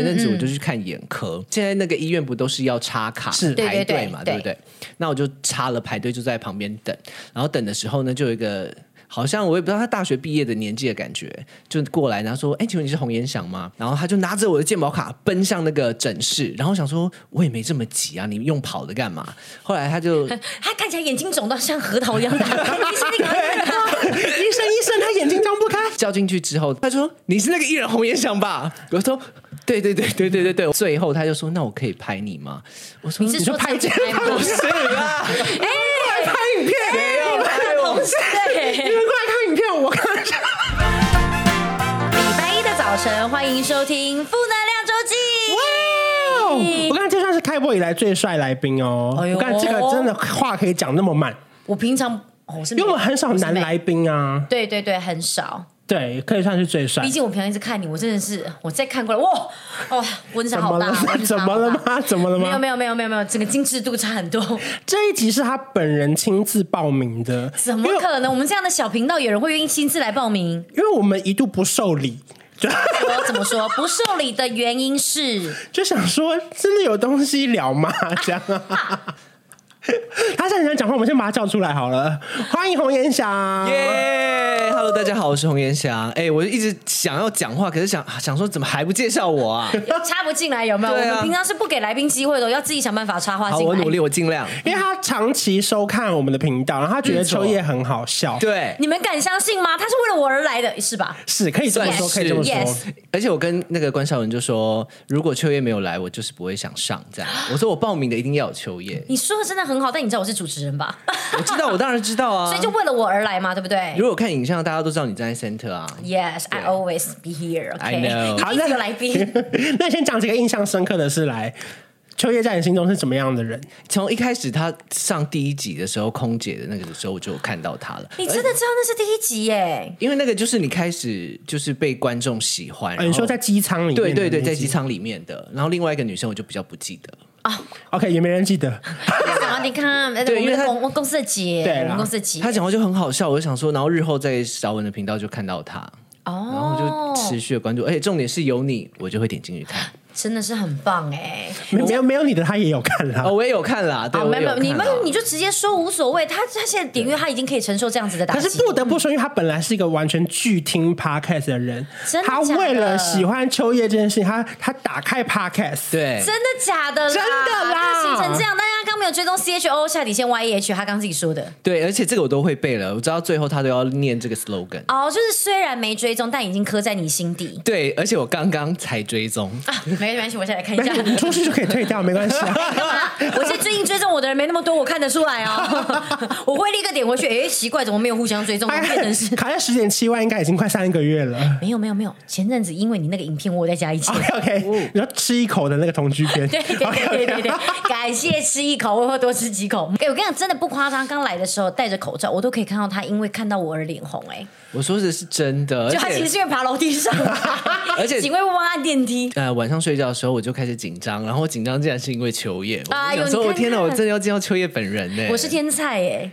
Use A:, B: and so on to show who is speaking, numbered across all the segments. A: 阵
B: 嗯
A: 子我就去看眼科，现在那个医院不都是要插卡
B: 是
A: 排
B: 对
A: 队
B: 对对
A: 嘛，
B: 对
A: 对不对？那我就插了排队，就在旁边等。然后等的时候呢，就有一个好像我也不知道他大学毕业的年纪的感觉，就过来然后说：“哎，请问你是洪延祥吗？”然后他就拿着我的健保卡奔向那个诊室，然后我想说我也没这么急啊，你用跑的干嘛？后来他就
B: 他看起来眼睛肿到像核桃一样 大，你是那个
A: 医生，医生，他眼睛张不开。叫进去之后，他说：“你是那个艺人红颜想吧？”我说：“对对对对对对对。”最后他就说：“那我可以拍你吗？”我说：“
B: 你是说
A: 拍
B: 这
A: 肩
B: 样拍
A: 膀
B: 吗
A: 不 是啦，哎，拍影片没有拍我，
B: 对
A: 你们过来看影片，我看。”
B: 礼拜一的早晨，欢迎收听《负能量周记》。
C: 哇哦！我刚才就算是开播以来最帅来宾哦。
B: 哎哎呦
C: 我看这个真的话可以讲那么满，
B: 我平常哦我是
C: 因
B: 没
C: 为我很少男，
B: 我是
C: 来
B: 没
C: 宾啊。
B: 对对对，很少。
C: 对，可以算是最帅
B: 毕。竟我平常一直看你，我真的是我再看过来，哇哦，温差
C: 怎
B: 好
C: 么
B: 大
C: 了，吗？
B: 温差
C: 怎
B: 好大
C: 么了吗？怎么了
B: 没有
C: 吗？
B: 没有没有没有没有，整个精致度差 很多，
C: 这一集是他本人亲自报名的，
B: 怎么
C: 因为
B: 可能？我们这样的小频道有人会愿意亲自来报名？
C: 因为我们一度不受理，就
B: 我要怎么说？不受理的原因是
C: 就想说，真的有东西 聊吗？这样、啊。 他现在想讲话，我们先把他叫出来好了。欢迎红颜祥。
A: 耶！Hello，大家好，我是洪延祥。哎、我一直想要讲话，可是想想说怎么还不介绍我 啊？
B: 插不进来，有没有？
A: 对啊
B: 我们平常是不给来宾机会的，要自己想办法插话
A: 好，
B: 进来。
A: 我努力，我尽量。
C: 因为他长期收看我们的频道，然后他觉得秋叶很好笑，，
A: 对，
B: 你们敢相信吗？他是为了我而来的，是吧？
C: 是可以这么
A: 算
C: 说，
A: 是
C: 可以这么说。
B: Yes，
A: 而且我跟那个关少文就说，如果秋叶没有来，我就是不会想上这样。我说我报名的一定要有秋叶
B: 你说的真的很好，但你知道我是主持人吧？
A: 我知道，我当然知道啊。
B: 所以就为了我而来嘛，对不对
A: 如果看影像，大家都知道你站在 center 啊。
B: ？Yes, I always be here.
A: I
B: OK，
A: know
B: 好，
C: 好
B: 那
C: 那
B: 有来 宾，
C: 那先讲几个印象深刻的事来。秋叶在你心中是怎么样的人？
A: 从一开始他上第一集的时候，空姐的那个时候，我就有看到他了。
B: 你真的知道那是第一集 耶？
A: 因为那个就是你开始就是被观众喜欢，
C: 呃你说
A: 然
B: 哦
A: 后
C: 在机舱里面的那
A: 对
C: 一
A: 对
C: 集？
A: 对，在机舱里面的。然后另外一个女生我就比较不记得，
C: OK，也没人 记得。
B: 什么？你看，
A: 对
B: 我
A: 因为
B: 们的
A: 他
B: 公我公司的姐，
C: 对啦
B: 我们公司的姐，
A: 她讲话就很好笑，我就想说，然后日后在小文的频道就看到她。然后
B: 哦
A: 就，持续的关注，而且哎重点是有你，我就会点进去看。
B: 真的是很棒哎。
C: 没没有没有你的，他也有看啦
A: 哦，。我也有看啦，对，
B: 啊，
A: 我
B: 没
A: 也
B: 有没有，
A: 看啦
B: 你们你就直接说无所谓。他他现在点阅，他已经可以承受这样子的打
C: 可
B: 击。
C: 是不得不说，因为他本来是一个完全拒听 podcast 的人，
B: 真的
C: 他
B: 假的
C: 为了喜欢秋叶这件事情，他他打开 podcast，
A: 对，
B: 真的假的啦？
C: 真的啦
B: 他形成这样，但是他刚没有追踪 C H O 下底线 Y E H，他刚自己说的。
A: 对，而且这个我都会背了，我知道最后他都要念这个 slogan。
B: 哦，就是虽然没追踪，但已经刻在你心底
A: 对，而且我刚刚才追踪，
B: 啊。没没关系，我先来看一下。
C: 你出去就可以退掉，没关系啊。
B: 我现在最近追踪我的人没那么多，我看得出来哦。我会立刻点回去，哎，奇怪，怎么没有互相追踪？怎
C: 大
B: 么变成是
C: 概卡在十点七万，应该已经快三个月了。
B: 没有没有没有。前阵子因为你那个影片，我有在加一千。
C: OK OK，你说吃一口的那个同居片，
B: 哦对对对对对对，感谢吃一口，我会多吃几口。哎、我跟你讲，真的不夸张，刚来的时候戴着口罩，我都可以看到他因为看到我而脸红、
A: 我说的是真的，
B: 哎，
A: 而
B: 就他其
A: 且
B: 实是因为爬楼梯上，
A: 而且
B: 警卫会帮他按电梯。
A: 呃晚上睡觉的时候我就开始紧张，然后我紧张竟然是因为秋叶，我
B: 哎
A: 就
B: 呦
A: 想说
B: 你
A: 我
B: 看
A: 天哪，
B: 看
A: 我真的要见到秋叶本人呢。
B: 我是天菜耶、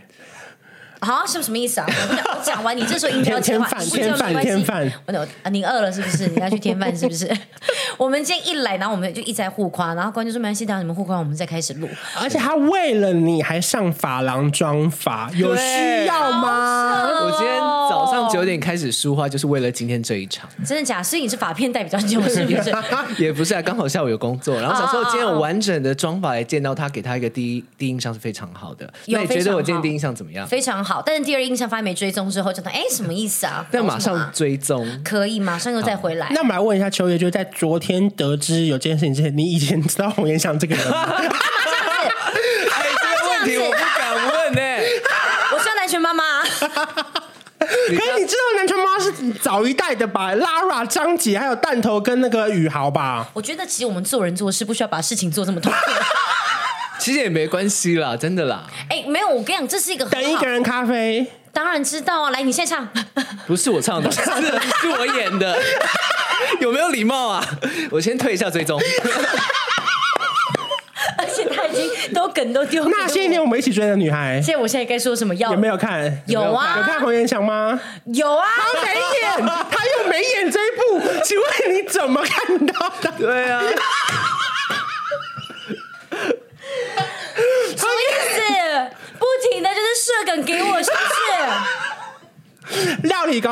B: 好，是什么意思啊？我讲我讲完，你这时候应该要接话，
C: 天
B: 不接话
C: 天饭
B: 没关系
C: 天饭天饭
B: 我懂啊，你饿了是不是？你要去添饭是不 是？我们今天一来，然后我们就一直在互夸，然后观众说没关系，等下你们互夸，我们再开始录。
C: 而且他为了你还上发廊妆发，有需要吗？
A: 我今天早上九点开始梳化，就是为了今天这一场，
B: 真的假？所以你是发片带比较久，是不是？
A: 也不是啊，刚好下午有工作，然后想说
B: 哦哦哦
A: 今天有完整的妆法来见到他，给他一个第一第一印象是非常好的。
B: 有
A: 那你觉
B: 非常
A: 得
B: 好
A: 我今天第一印象怎么样？
B: 非常好。但是第二印象发现没追踪之后，就说哎，什么意思啊？
A: 但
B: 搞
A: 马
B: 什么啊
A: 上追踪，
B: 可以，马上又再回来
C: 那。我们来问一下秋叶，就是在昨天得知有这件事情之前，你以前知道红颜祥 这个人吗？
B: 这样子，
A: 哎，这个问题我不敢问呢、
B: 我是南拳妈妈，
C: 可是你知道南拳妈是早一代的吧？Lara、张杰还有弹头跟那个宇豪吧？
B: 我觉得其实我们做人做事不需要把事情做这么痛苦。
A: 其实也没关系啦，真的啦，
B: 哎，没有，我跟你讲，这是一个很
C: 等一
B: 好
C: 个人咖啡，
B: 当然知道啊，来，你现在唱。
A: 不是我唱的， 是是我演的，有没有礼貌啊？我先退一下追踪，
B: 而且他已经都梗都丢给我。
C: 那些年我们一起追的女孩
B: 现在我现在该说什么要？
C: 有没有看？
B: 有啊
C: 有看红颜祥吗？
B: 有啊，
C: 他没演，他又没演这一部，请问你怎么看到的？
A: 对啊，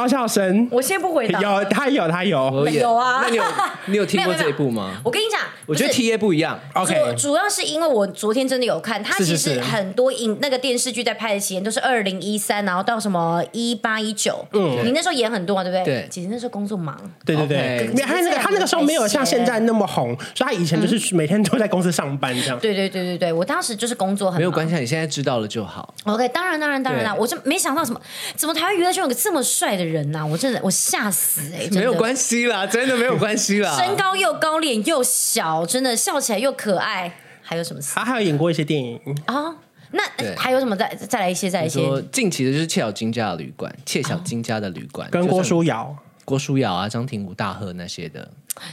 C: 笑声，
B: 我先不回答。
C: 有他有他有
A: 我也
B: 有啊
A: 那你有你有听
B: 没
A: 过
B: 有没
A: 这
B: 有
A: 一部吗？
B: 我跟你讲，
A: 我觉得
B: 不是
A: T A 不一样，
C: ，OK，
B: 主主要是因为我昨天真的有看，它
C: 是
B: 其
C: 是
B: 实
C: 是
B: 很多影那个电视剧在拍的期间都是二零一三，然后到什么一八一九，嗯，你那时候也很多嘛，对不对？
A: 对
B: 其实那时候工作忙，
C: 对对对
A: OK，
C: 没有他那个他那个时候没有像现在那么红，所以他以前
A: 嗯
C: 就是每天都在公司上班这样。
B: 对对对对对，我当时就是工作很忙
A: 没有关系，你现在知道了就好。
B: OK，当然当然当然啦，
A: 对
B: 我就没想到什么，怎么台湾娱乐圈有个这么帅的人呐、我真的我吓死哎、真的
A: 没有关系啦，真的没有关系啊啦。
B: 身高又高，脸又小，真的笑起来又可爱，还有什么
C: 啊他还有演过一些电影，
B: 啊、那
A: 对
B: 还有什么？再再来一些，再来一
A: 你
B: 些。
A: 说近期的就是切小金家的旅馆，切小金家的旅馆，
C: 哦跟
A: 就是
C: 郭书瑶，
A: 郭书瑶啊、张庭武、大赫那些的，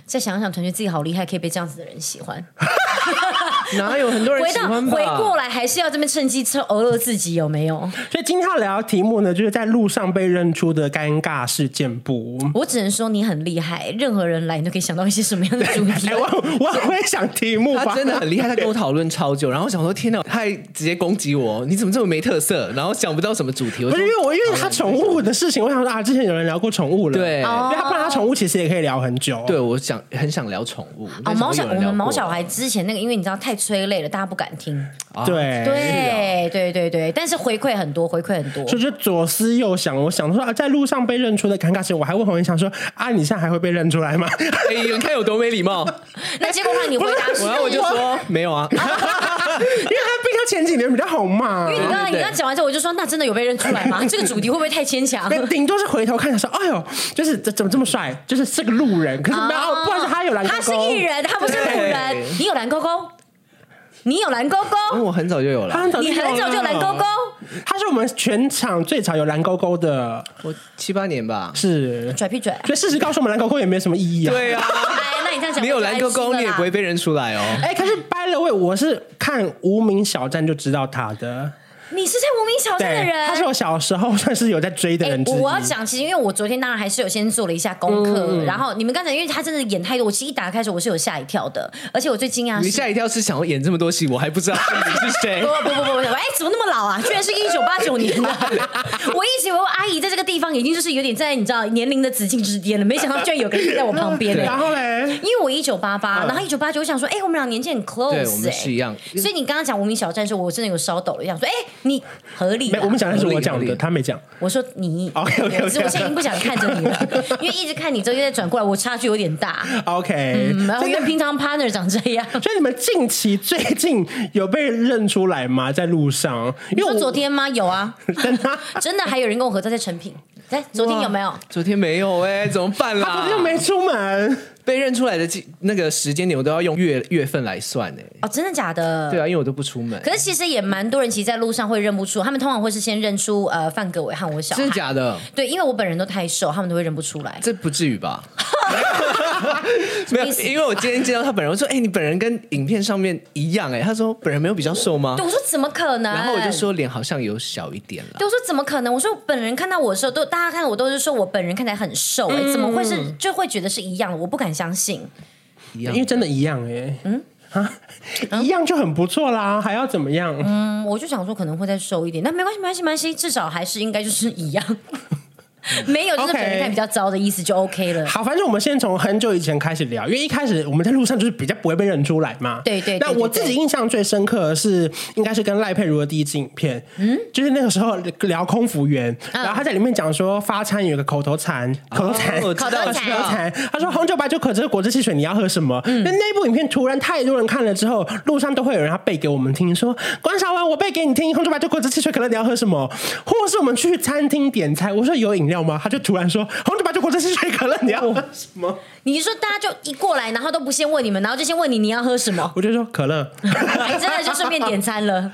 B: 再想想，团觉自己好厉害，可以被这样子的人喜 欢。
A: 哪有很多人
B: 回
A: 喜
B: 到
A: 欢吧？
B: 回过来，还是要这边趁机趁偶尔自己有没有？
C: 所以今天要聊的题目呢，就是在路上被认出的尴尬事件簿。
B: 我只能说你很厉害，任何人来你都可以想到一些什么样的主题
C: 哎、。我我很会想题目吧？
A: 他真的很厉害，他跟我讨论超久，然后我想说天哪，他还直接攻击我，你怎么这么没特色？然后想不到什么主题，我
C: 不
A: 说
C: 是因为我因为他宠物的事情，我想说啊，之前有人聊过宠物了，
A: 对
C: 因为他不然他宠物其实也可以聊很久。
A: 对，我想很想聊宠物
B: 哦，毛小
A: 想
B: 我们毛
A: 啊
B: 小孩之前那个，因为你知道太催泪了，大家不敢听。
C: 对
A: 啊哎
B: 对对对对，但是回馈很多，回馈很多。
C: 所以就左思右想，我想说啊，在路上被认出的尴尬事，我还问洪文祥说啊，你现在还会被认出来吗？
A: 哎，你看有多没礼貌，
B: 那结果换你回答是，
A: 然后我就 说没有啊，
C: 因为他毕竟前几年比较红嘛
B: 因为，你刚刚
A: 嗯对对
B: 你
A: 对
B: 刚刚讲完之后，我就说那真的有被认出来 吗？这个主题会不会太牵强？
C: 那顶多是回头看想说，哎呦，就是这怎么这么帅，就是是个路人，可是没有，
B: 哦
C: 不然是他有蓝勾勾，
B: 他是艺，人，他不是路人
A: 对。
B: 你有蓝勾勾，你有蓝勾
A: 因为
B: 勾，
A: 我很早就有
C: 他
A: 了，
C: 很早
B: 你
C: 有了
B: 很早就有蓝勾勾，，
C: 他是我们全场最早有蓝勾勾的，
A: 我七八年吧，
C: 是，
B: 拽屁拽。
C: 所以事实告诉我们蓝勾勾也没什么意义啊。
A: 对啊，
B: 哎，那你这样讲，
A: 没有蓝勾
B: 我
A: 勾
B: 就安心 了啦
A: 你也不会被认出来哦。
C: 哎、可是 by the way，我是看无名小站就知道他的，
B: 你是在无名小哦站的
C: 对，
B: 人，
C: 他是我小时候算是有在追的
B: 哎、
C: 人之
B: 我
C: 一。
B: 我要讲，其实因为我昨天当然还是有先做了一下功课，
A: 嗯
B: 然后你们刚才因为他真的演太多，我其实一打开的时候我是有吓一跳的，而且我最惊讶
A: 你
B: 是。
A: 吓一跳是想要演这么多戏，我还不知道你是谁
B: 不。不不不不！哎，怎么那么老啊？居然是一九八九 年的！我一直以为我阿姨在这个地方已经就是有点在你知道年龄的紫禁之巅了，没想到居然有个人在我旁边。
C: 然后嘞，
B: 因为我一九八
C: 嗯
B: 八，然后一九八九，我想说，哎、我们俩年纪很 close，
A: 对我们
B: 哎
A: 是一样
B: 所以你刚刚讲无名小站的时候，我真的有稍抖了一下，说，哎、你合理啦
C: 没，我们讲的是
A: 合理
C: 我讲
A: 合
C: 的，
A: 理
C: 他没讲。
B: 我说你
C: OK，OK，OK
B: 可是我现在已经不想看着你了，因为一直看你之后又再转过来，我差距有点大。
C: OK，、
B: 嗯，然后因为平常 partner 长这样，
C: 所以你们近期最近有被认出来吗？在路上？因
B: 你
C: 为
B: 说
C: 我
B: 昨天吗？有啊，
C: 真 的啊，
B: 真的还有人跟我合照在成品。哎， 昨天有没有？
A: 昨天没有哎、怎么办
C: 他
A: 啦
C: 昨天？没出门，
A: 被认出来的记那个时间点，我都要用月月份来算哎、
B: 哦，真的假的？
A: 对啊，因为我都不出门
B: 可。是其实也蛮多人，其实在路上会认不出，他们通常会是先认出呃范格伟和我小孩。
A: 真的假的？
B: 对，因为我本人都太瘦，他们都会认不出来。
A: 这不至于吧？没有
B: 意，思
A: 因为我今天见到他本人，我说：“哎、你本人跟影片上面一样。”哎，他说：“本人没有比较瘦吗
B: 对，我说怎么可？”能？
A: 然后我就，说：“脸好像有小一点了。
B: 对，我说怎么可能？我说我本人看到我的时候，都大家看到我都是说我本人看起来很瘦、哎、怎么会是就会觉得是一样的？我不敢相信。”
A: 一样
C: 因，为真的一样哎、嗯啊，一样就很不错啦，还要怎么样？
B: 嗯，我就想说可能会再瘦一点，但没关系，没关系，没关系，至少还是应该就是一样。 没有，就是
C: OK
B: 本人看比较糟的意思就 OK 了。
C: 好，反正我们先从很久以前开始聊，因为一开始我们在路上就是比较不会被认出来嘛。
B: 对对对
C: 那我自己印象最深刻的是，应该是跟赖佩如的第一支影片，嗯，就是那个时候聊空服员，
B: 嗯
C: 然后他在里面讲说发餐有个口头禅，
B: 哦
C: 口头禅，
A: 我知道
B: 口头
C: 口
B: 禅
C: 头禅，他说红酒白酒可乐果汁汽水你要喝什么？
B: 嗯
C: 那那部影片突然太多人看了之后，路上都会有人他背给我们听，说关少文我背给你听，红酒白酒果汁汽水可乐你要喝什么？或是我们去餐厅点餐，我说有饮料吗？他就突然说红酒白酒果汁汽水可乐你要喝什么？
B: 你说大家就一过来，然后都不先问你们，然后就先问你你要喝什么，
C: 我就说可乐，
B: 哎真的就顺便点餐了，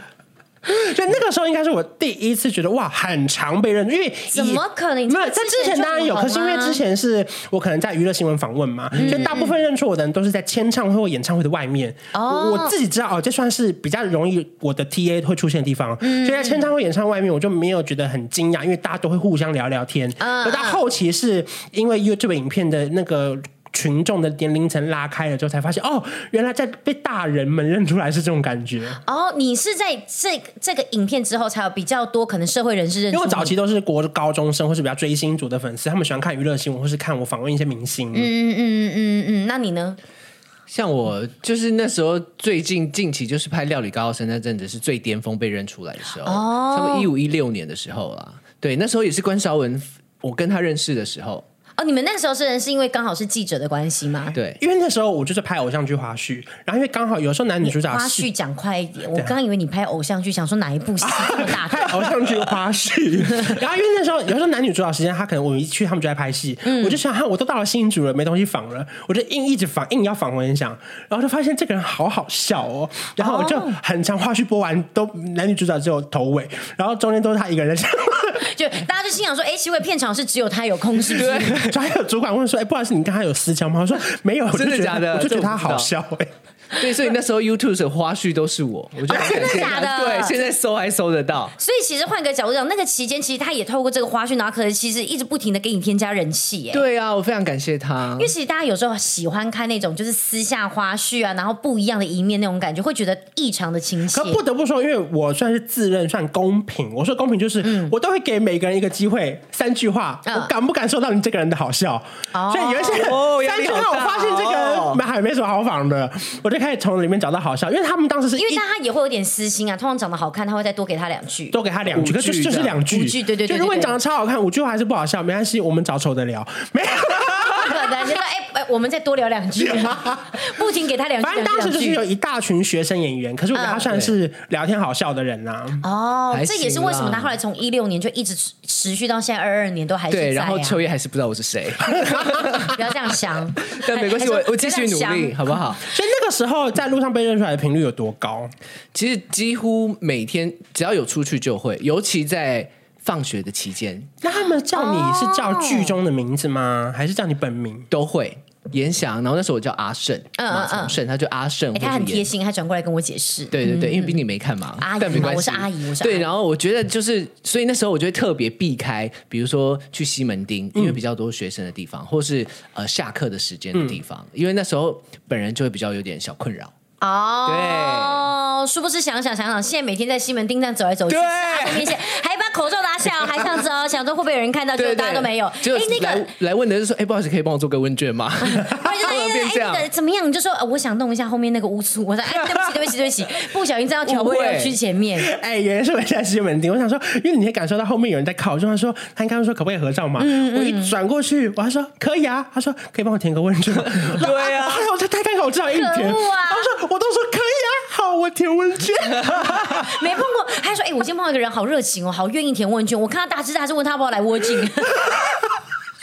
C: 就那个时候应该是我第一次觉得哇，很常被认出，因为以
B: 怎么可能你
C: 没有，
B: 这个
C: 在
B: 之
C: 之
B: 前
C: 前
B: 就
C: 当然有，
B: 很
C: 可是因为
B: 红啊
C: 之前是我可能在娱乐新闻访问嘛，所
B: 嗯
C: 以大部分认出我的人都是在签唱会或演唱会的外面。
B: 哦
C: 我我自己知道哦，这算是比较容易我的 TA 会出现的地方，
B: 嗯
C: 所以在签唱会、演唱会外面我就没有觉得很惊讶，因为大家都会互相聊聊天。
B: 嗯
C: 可到后期是因为 YouTube 影片的那个。群众的年龄层拉开了之后，才发现哦，原来在被大人们认出来是这种感觉。
B: 哦，你是在这个这个影片之后才有比较多可能社会人士认识
C: 因
B: 你，
C: 为我早期都是国高中生或是比较追星族的粉丝，他们喜欢看娱乐新闻或是看我访问一些明星。
B: 嗯嗯嗯嗯嗯，那你呢？
A: 像我就是那时候最近近期就是拍《料理高校生》那阵子是最巅峰被认出来的时候，
B: 哦
A: 差不多一五一六年的时候啦。对，那时候也是关韶文，我跟他认识的时候，
B: 哦，你们那个时候是人是因为刚好是记者的关系吗？
A: 对，
C: 因为那时候我就是拍偶像剧花絮，然后因为刚好有时候男女主角
B: 花
C: 是
B: 絮讲快一点，我刚刚以为你拍偶像剧，想说哪一部戏这么 大
C: 拍偶像剧花絮，然后因为那时候有时候男女主角时间，他可能我们一去他们就在拍戏，
B: 嗯
C: 我就想哈，我都到了新竹了，没东西仿了，我就硬一直仿，硬要仿文想，然后就发现这个人好好笑哦，然后我就很长花絮播完都男女主角只有头尾，然后中间都是他一个人在讲。
B: 就大家就心想说，哎、奇怪，片场是只有他有空，是不是？
C: 就还有主管问说：“哎、不好意思，你跟他有私交吗？”我说：“没有，我就
A: 真的
C: 觉得
A: 假的
C: 我就觉
A: 这
C: 得
A: 我
C: 他
A: 不知道
C: 好笑、哎，
A: 对，所以那时候 YouTube 的花絮都是我，我就很感谢他
B: 啊真的假的
A: 对，现在搜还搜得到。
B: 所以其实换个角度讲，那个期间其实他也透过这个花絮，然后可能其实一直不停的给你添加人气耶。
A: 对啊，我非常感谢他
B: 因为。其实大家有时候喜欢看那种就是私下花絮啊，然后不一样的一面那种感觉，会觉得异常的亲切
C: 可。不得不说，因为我算是自认算公平。我说公平就是，我都会给每个人一个机会，三句话，
B: 嗯
C: 我感不感受到你这个人的好笑。
B: 哦
C: 所以有一些人
A: 哦压
C: 三
A: 力
C: 句
A: 好大
C: 话，我发现这个
A: 哦
C: 人没还没什么好仿的，我就开始从里面找到好笑。因为他们当时是
B: 因为
C: 一
B: 大家也会有点私心啊，通常长得好看，他会再多给他两句。
C: 都给他两句，
A: 五
C: 可是就是
A: 句
C: 就
A: 这
C: 是
A: 样
C: 两句，
B: 五句对对对对
C: 就如果你长得超好看，五句话还是不好笑，没关系，我们找丑的聊。没有，
B: 不可能，你说哎、哎我们再多聊两 句，不停给他两句，
C: 反正
B: 两句
C: 当时就是有
B: 两句。
C: 一大群学生演员，可是我觉得他
B: 嗯
C: 算是聊天好笑的人啊呐、
B: 哦
A: 还，
B: 这
A: 行
B: 也是为什么他
A: 啦
B: 后来从一六年就一直持持续到现在二二年都还是在、啊。
A: 对，然后秋叶还是不知道我是 谁，，
B: 不要这样想
A: 但没关系，
B: 还
A: 我
B: 是
A: 我继续努
B: 不要这
A: 力，
B: 样想
A: 好不 好？
C: 所以那个时候在路上被认出来的频率有多高？
A: 其实几乎每天只要有出去就会，尤其在放学的期间
C: 那他们叫你是
B: 哦
C: 叫剧中的名字吗？还是叫你本名？
A: 都会。严翔，然后那时候我叫阿胜，
B: 嗯
A: 马从胜，他就阿胜，或
B: 哎他
A: 是
B: 很贴
A: 严
B: 心，他转过来跟我解释。
A: 对对对，因为毕竟你没看嘛，
B: 阿姨
A: 但没关
B: 嘛
A: 系，
B: 我是阿姨我是阿
A: 对，
B: 姨
A: 然后我觉得就是，所以那时候我就会特别避开，比如说去西门町，
B: 嗯
A: 因为比较多学生的地方，或是呃下课的时间的
B: 嗯
A: 地方，因为那时候本人就会比较有点小困扰。
B: 哦，殊不知想想想想，现在每天在西门町站走来走去，
A: 对
B: 大众面前还把口罩拿下哦，还这样子哦，想说会不会有人看到，结果
A: 对，
B: 大家都没有。哎，
A: 就
B: 那个
A: 来、。来问的是说，哎，不好意思，可以帮我做个问卷吗？
B: 不然就
A: 突
B: 是
A: 然
B: 哎
A: 变这
B: 哎，
A: 样
B: 那个怎么样？你就说，呃我想弄一下后面那个乌醋。我说，哎，对不起，对不起，对不起，不小心站到调味
A: 误会
B: 料区前面。
C: 哎、原来是我在西门町。我想说，因为你可以感受到后面有人在靠，就他说他刚刚说可不可以合照嘛？
B: 嗯
C: 我一转过去，我还说可以啊。他说可以帮我填个问 卷吗。
A: 对啊
C: 哎呀，我这太尴尬，我只好硬填。
B: 可恶啊
C: 他说我都说可以啊，好，我填问卷。
B: 没碰过，他说：“哎、我今天碰到一个人，好热情哦，好愿意填问卷。我看他大只，大只问他要不要来窝镜。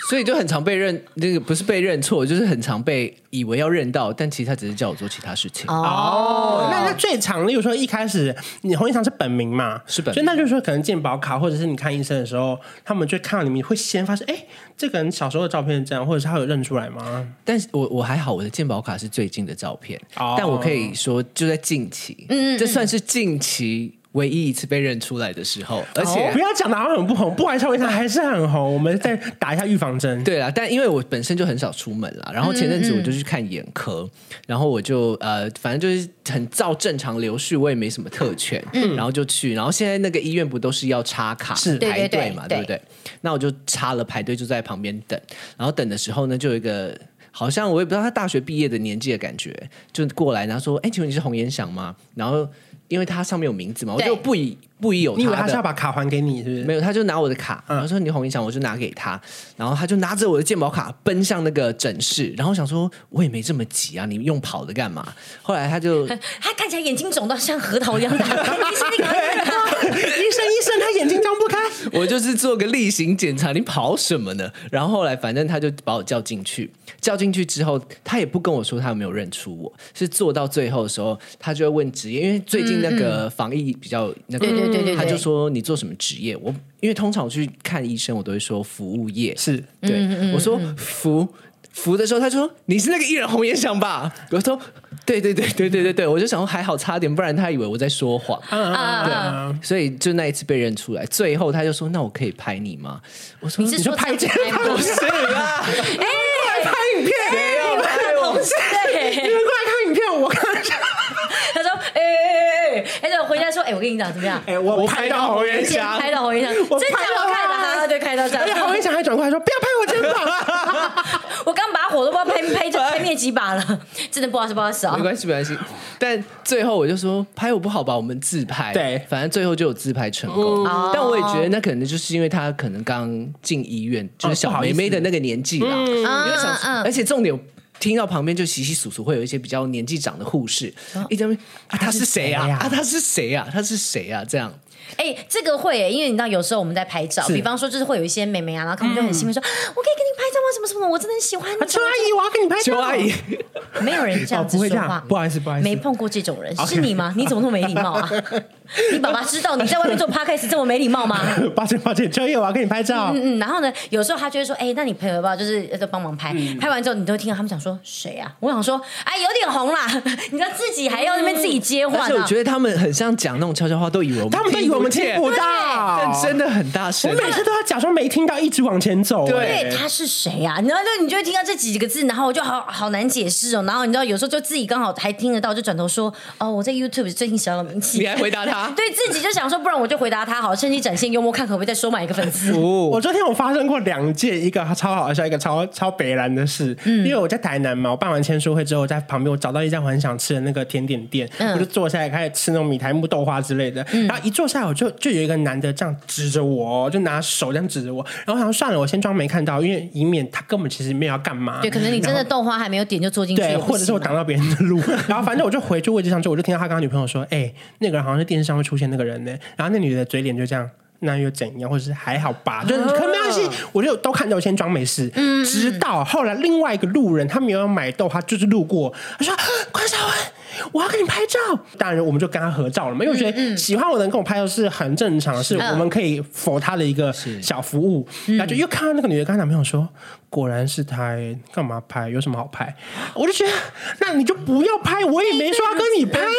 A: 所以就很常被认，那个不是被认错，就是很常被以为要认到，但其实他只是叫我做其他事情。
C: 哦，那那最常，例如说一开始你红一堂是本名嘛，
A: 是本名
C: 所以那就是说可能健保卡或者是你看医生的时候，他们就看到你们会先发现，哎、这个人小时候的照片是这样，或者是他有认出来吗？
A: 但是我我还好，我的健保卡是最近的照片，
C: 哦嗯
A: 但我可以说就在近期，这算是近期唯一一次被认出来的时候，而且。
C: 哦不要讲的好像很不红，不然稍微他还是很红。我们再打一下预防针。
A: 对啦，但因为我本身就很少出门啦，然后前阵
C: 嗯
A: 子我就去看眼科，然后我就呃，反正就是很照正常流序，我也没什么特权，然后就去，然后现在那个医院不都是要插卡
C: 嗯是
A: 排
B: 对
A: 队
B: 对对
A: 嘛，
B: 对
A: 不对？那我就插了排队，就在旁边等，然后等的时候呢，就有一个。好像我也不知道他大学毕业的年纪的感觉，就过来然后说：“哎、请问你是洪延祥吗？”然后因为他上面有名字嘛，我
B: 对
A: 就不疑不疑有
C: 你以为
A: 他
C: 他
A: 的
C: 是要把卡还给你，是不是？
A: 没有，他就拿我的卡，
B: 嗯
A: 然后说你红一响，我就拿给他，然后他就拿着我的健保卡奔向那个诊室，然后想说我也没这么急啊，你用跑的干嘛？后来他就
B: 他看起来眼睛肿到像核桃一样大，你是那个
C: 医生，医生，他眼睛张不开。
A: 我就是做个例行检查，你跑什么呢？然后后来反正他就把我叫进去，叫进去之后，他也不跟我说他有没有认出我，是做到最后的时候，他就会问职业，因为最近那个防疫比较那个，
B: 嗯对对对对
A: 他就说你做什么职业？我因为通常我去看医生，我都会说服务业，
C: 是
A: 对，我说服。服的时候，他说：“你是那个艺人红颜想吧？”我说：“对对对对对对对。”我就想说还好差点，不然他以为我在说谎。
B: 啊，
A: 所以就那一次被认出来，最后他就说：“那我可以拍你吗？”我说：“
B: 你是
A: 就
B: 说
A: 拍
B: 这
A: 这
B: 样拍吗
A: 不是啦，
B: 哎，
A: 拍影片没有
C: 西？你
B: 对，
C: 们过来看影片，我看。
B: 他说，哎哎哎哎，哎，我回家说，哎，我跟你讲怎么样？
C: 哎，我拍到侯元
B: 先
C: 祥，
B: 拍到红衣裳，真
C: 我
B: 假
C: 拍到
B: 我看
C: 他哎
B: 的，对，看到这
C: 而且侯
B: 样。
C: 元祥还转过来说：“不要拍我肩 膀。啊
B: 我刚把火都不知道拍拍 拍灭几把了，真的不好意思，不好意思啊
A: 没。关系，没关系。但最后我就说拍我不好吧，我们自拍。
C: 对
A: 反正最后就有自拍成功。
B: 哦
A: 但我也觉得那可能就是因为她可能刚进医院，就是
C: 哦不
A: 小
C: 好意
A: 妹
C: 思
A: 妹的那个年纪啦。因为想
B: 嗯嗯
A: 而且重点。听到旁边就稀稀疏疏，会有一些比较年纪长的护士，
C: 嗯
A: 一直在那边啊，他是谁啊？
C: 谁呀
A: 啊，他是谁啊？他是谁啊？这样，
B: 哎、这个会、因为你知道有时候我们在拍照，
C: 是
B: 比方说就是会有一些妹妹啊，然后他们就很兴奋说、我可以跟你拍照吗？什么什么，我真的很喜欢你。”
C: 啊” 邱阿姨，我要跟你拍照。
A: 邱阿姨，
B: 没有人这样
C: 哦
B: 子
C: 不会这
B: 说
C: 样
B: 话，
C: 不好意思不好意思
B: 没碰过这种人，是你吗？你怎么那么没礼貌 啊？你爸爸知道你在外面做 podcast 这么没礼貌吗？
C: 抱歉抱歉，秋叶，我要跟你拍照。
B: 嗯嗯，然后呢，有时候他就会说，哎、那你朋友要不要就是都帮忙拍？拍完之后，你都会听到他们讲说谁啊？我想说，哎，有点红啦， 你知道自己还要那边自己接话呢，
A: 而且我觉得他们很像讲那种悄悄话，都以为我们
C: 他们都以为我们听不
A: 见但
C: 到，
A: 真的很大声
C: 我。每次都要假装没听到，一直往前走。
A: 对
C: 哎
B: 对，他是谁呀、啊？然后就你就会听到这几个字，然后我就好好难解释哦。然后你知道，有时候就自己刚好还听得到，就转头说：“哦，我在 YouTube 最近小有 名气。”
A: 你还回答 他
B: 对自己就想说，不然我就回答他好，趁机展现幽默，看可不可以再收买一个粉丝。
C: 我昨天我发生过两件，一个超好笑，一个超超北然的事。
B: 嗯
C: 因为我在台南嘛，我办完签书会之后，在旁边我找到一家我很想吃的那个甜点店，
B: 嗯
C: 我就坐下来开始吃那种米苔木豆花之类的。然后一坐下来，我就就有一个男的这样指着我哦，就拿手这样指着我。然后我想说算了，我先装没看到，因为以免他根本其实没有要干嘛。
B: 对，可能你真的豆花还没有点就坐进去，
C: 对，
B: 也
C: 或
B: 不
C: 者是
B: 行啊
C: 我
B: 嘛
C: 挡到别人的路， 然后反正我就回去位置上之后，我就听到他跟他女朋友说：“哎、那个人好像是电视上会出现那个人呢、然后那女的嘴脸就这样。那又怎样，或者是还好 吧，就是可没关系，我就都看到，我先装没事。
B: 嗯
C: 直到后来另外一个路人他没有要买豆，他就是路过，他说：“啊关少文，我要跟你拍照。”当然我们就跟他合照了嘛，因为我觉
A: 嗯
C: 得喜欢我能跟我拍照是很正常，是我们可以否他的一个小服务。然后
A: 嗯
C: 就又看到那个女的跟她男朋友说：“果然是他欸，干嘛拍？有什么好拍？”我就觉得，那你就不要拍，我也没说要跟你拍啊
A: 嗯
C: 呀、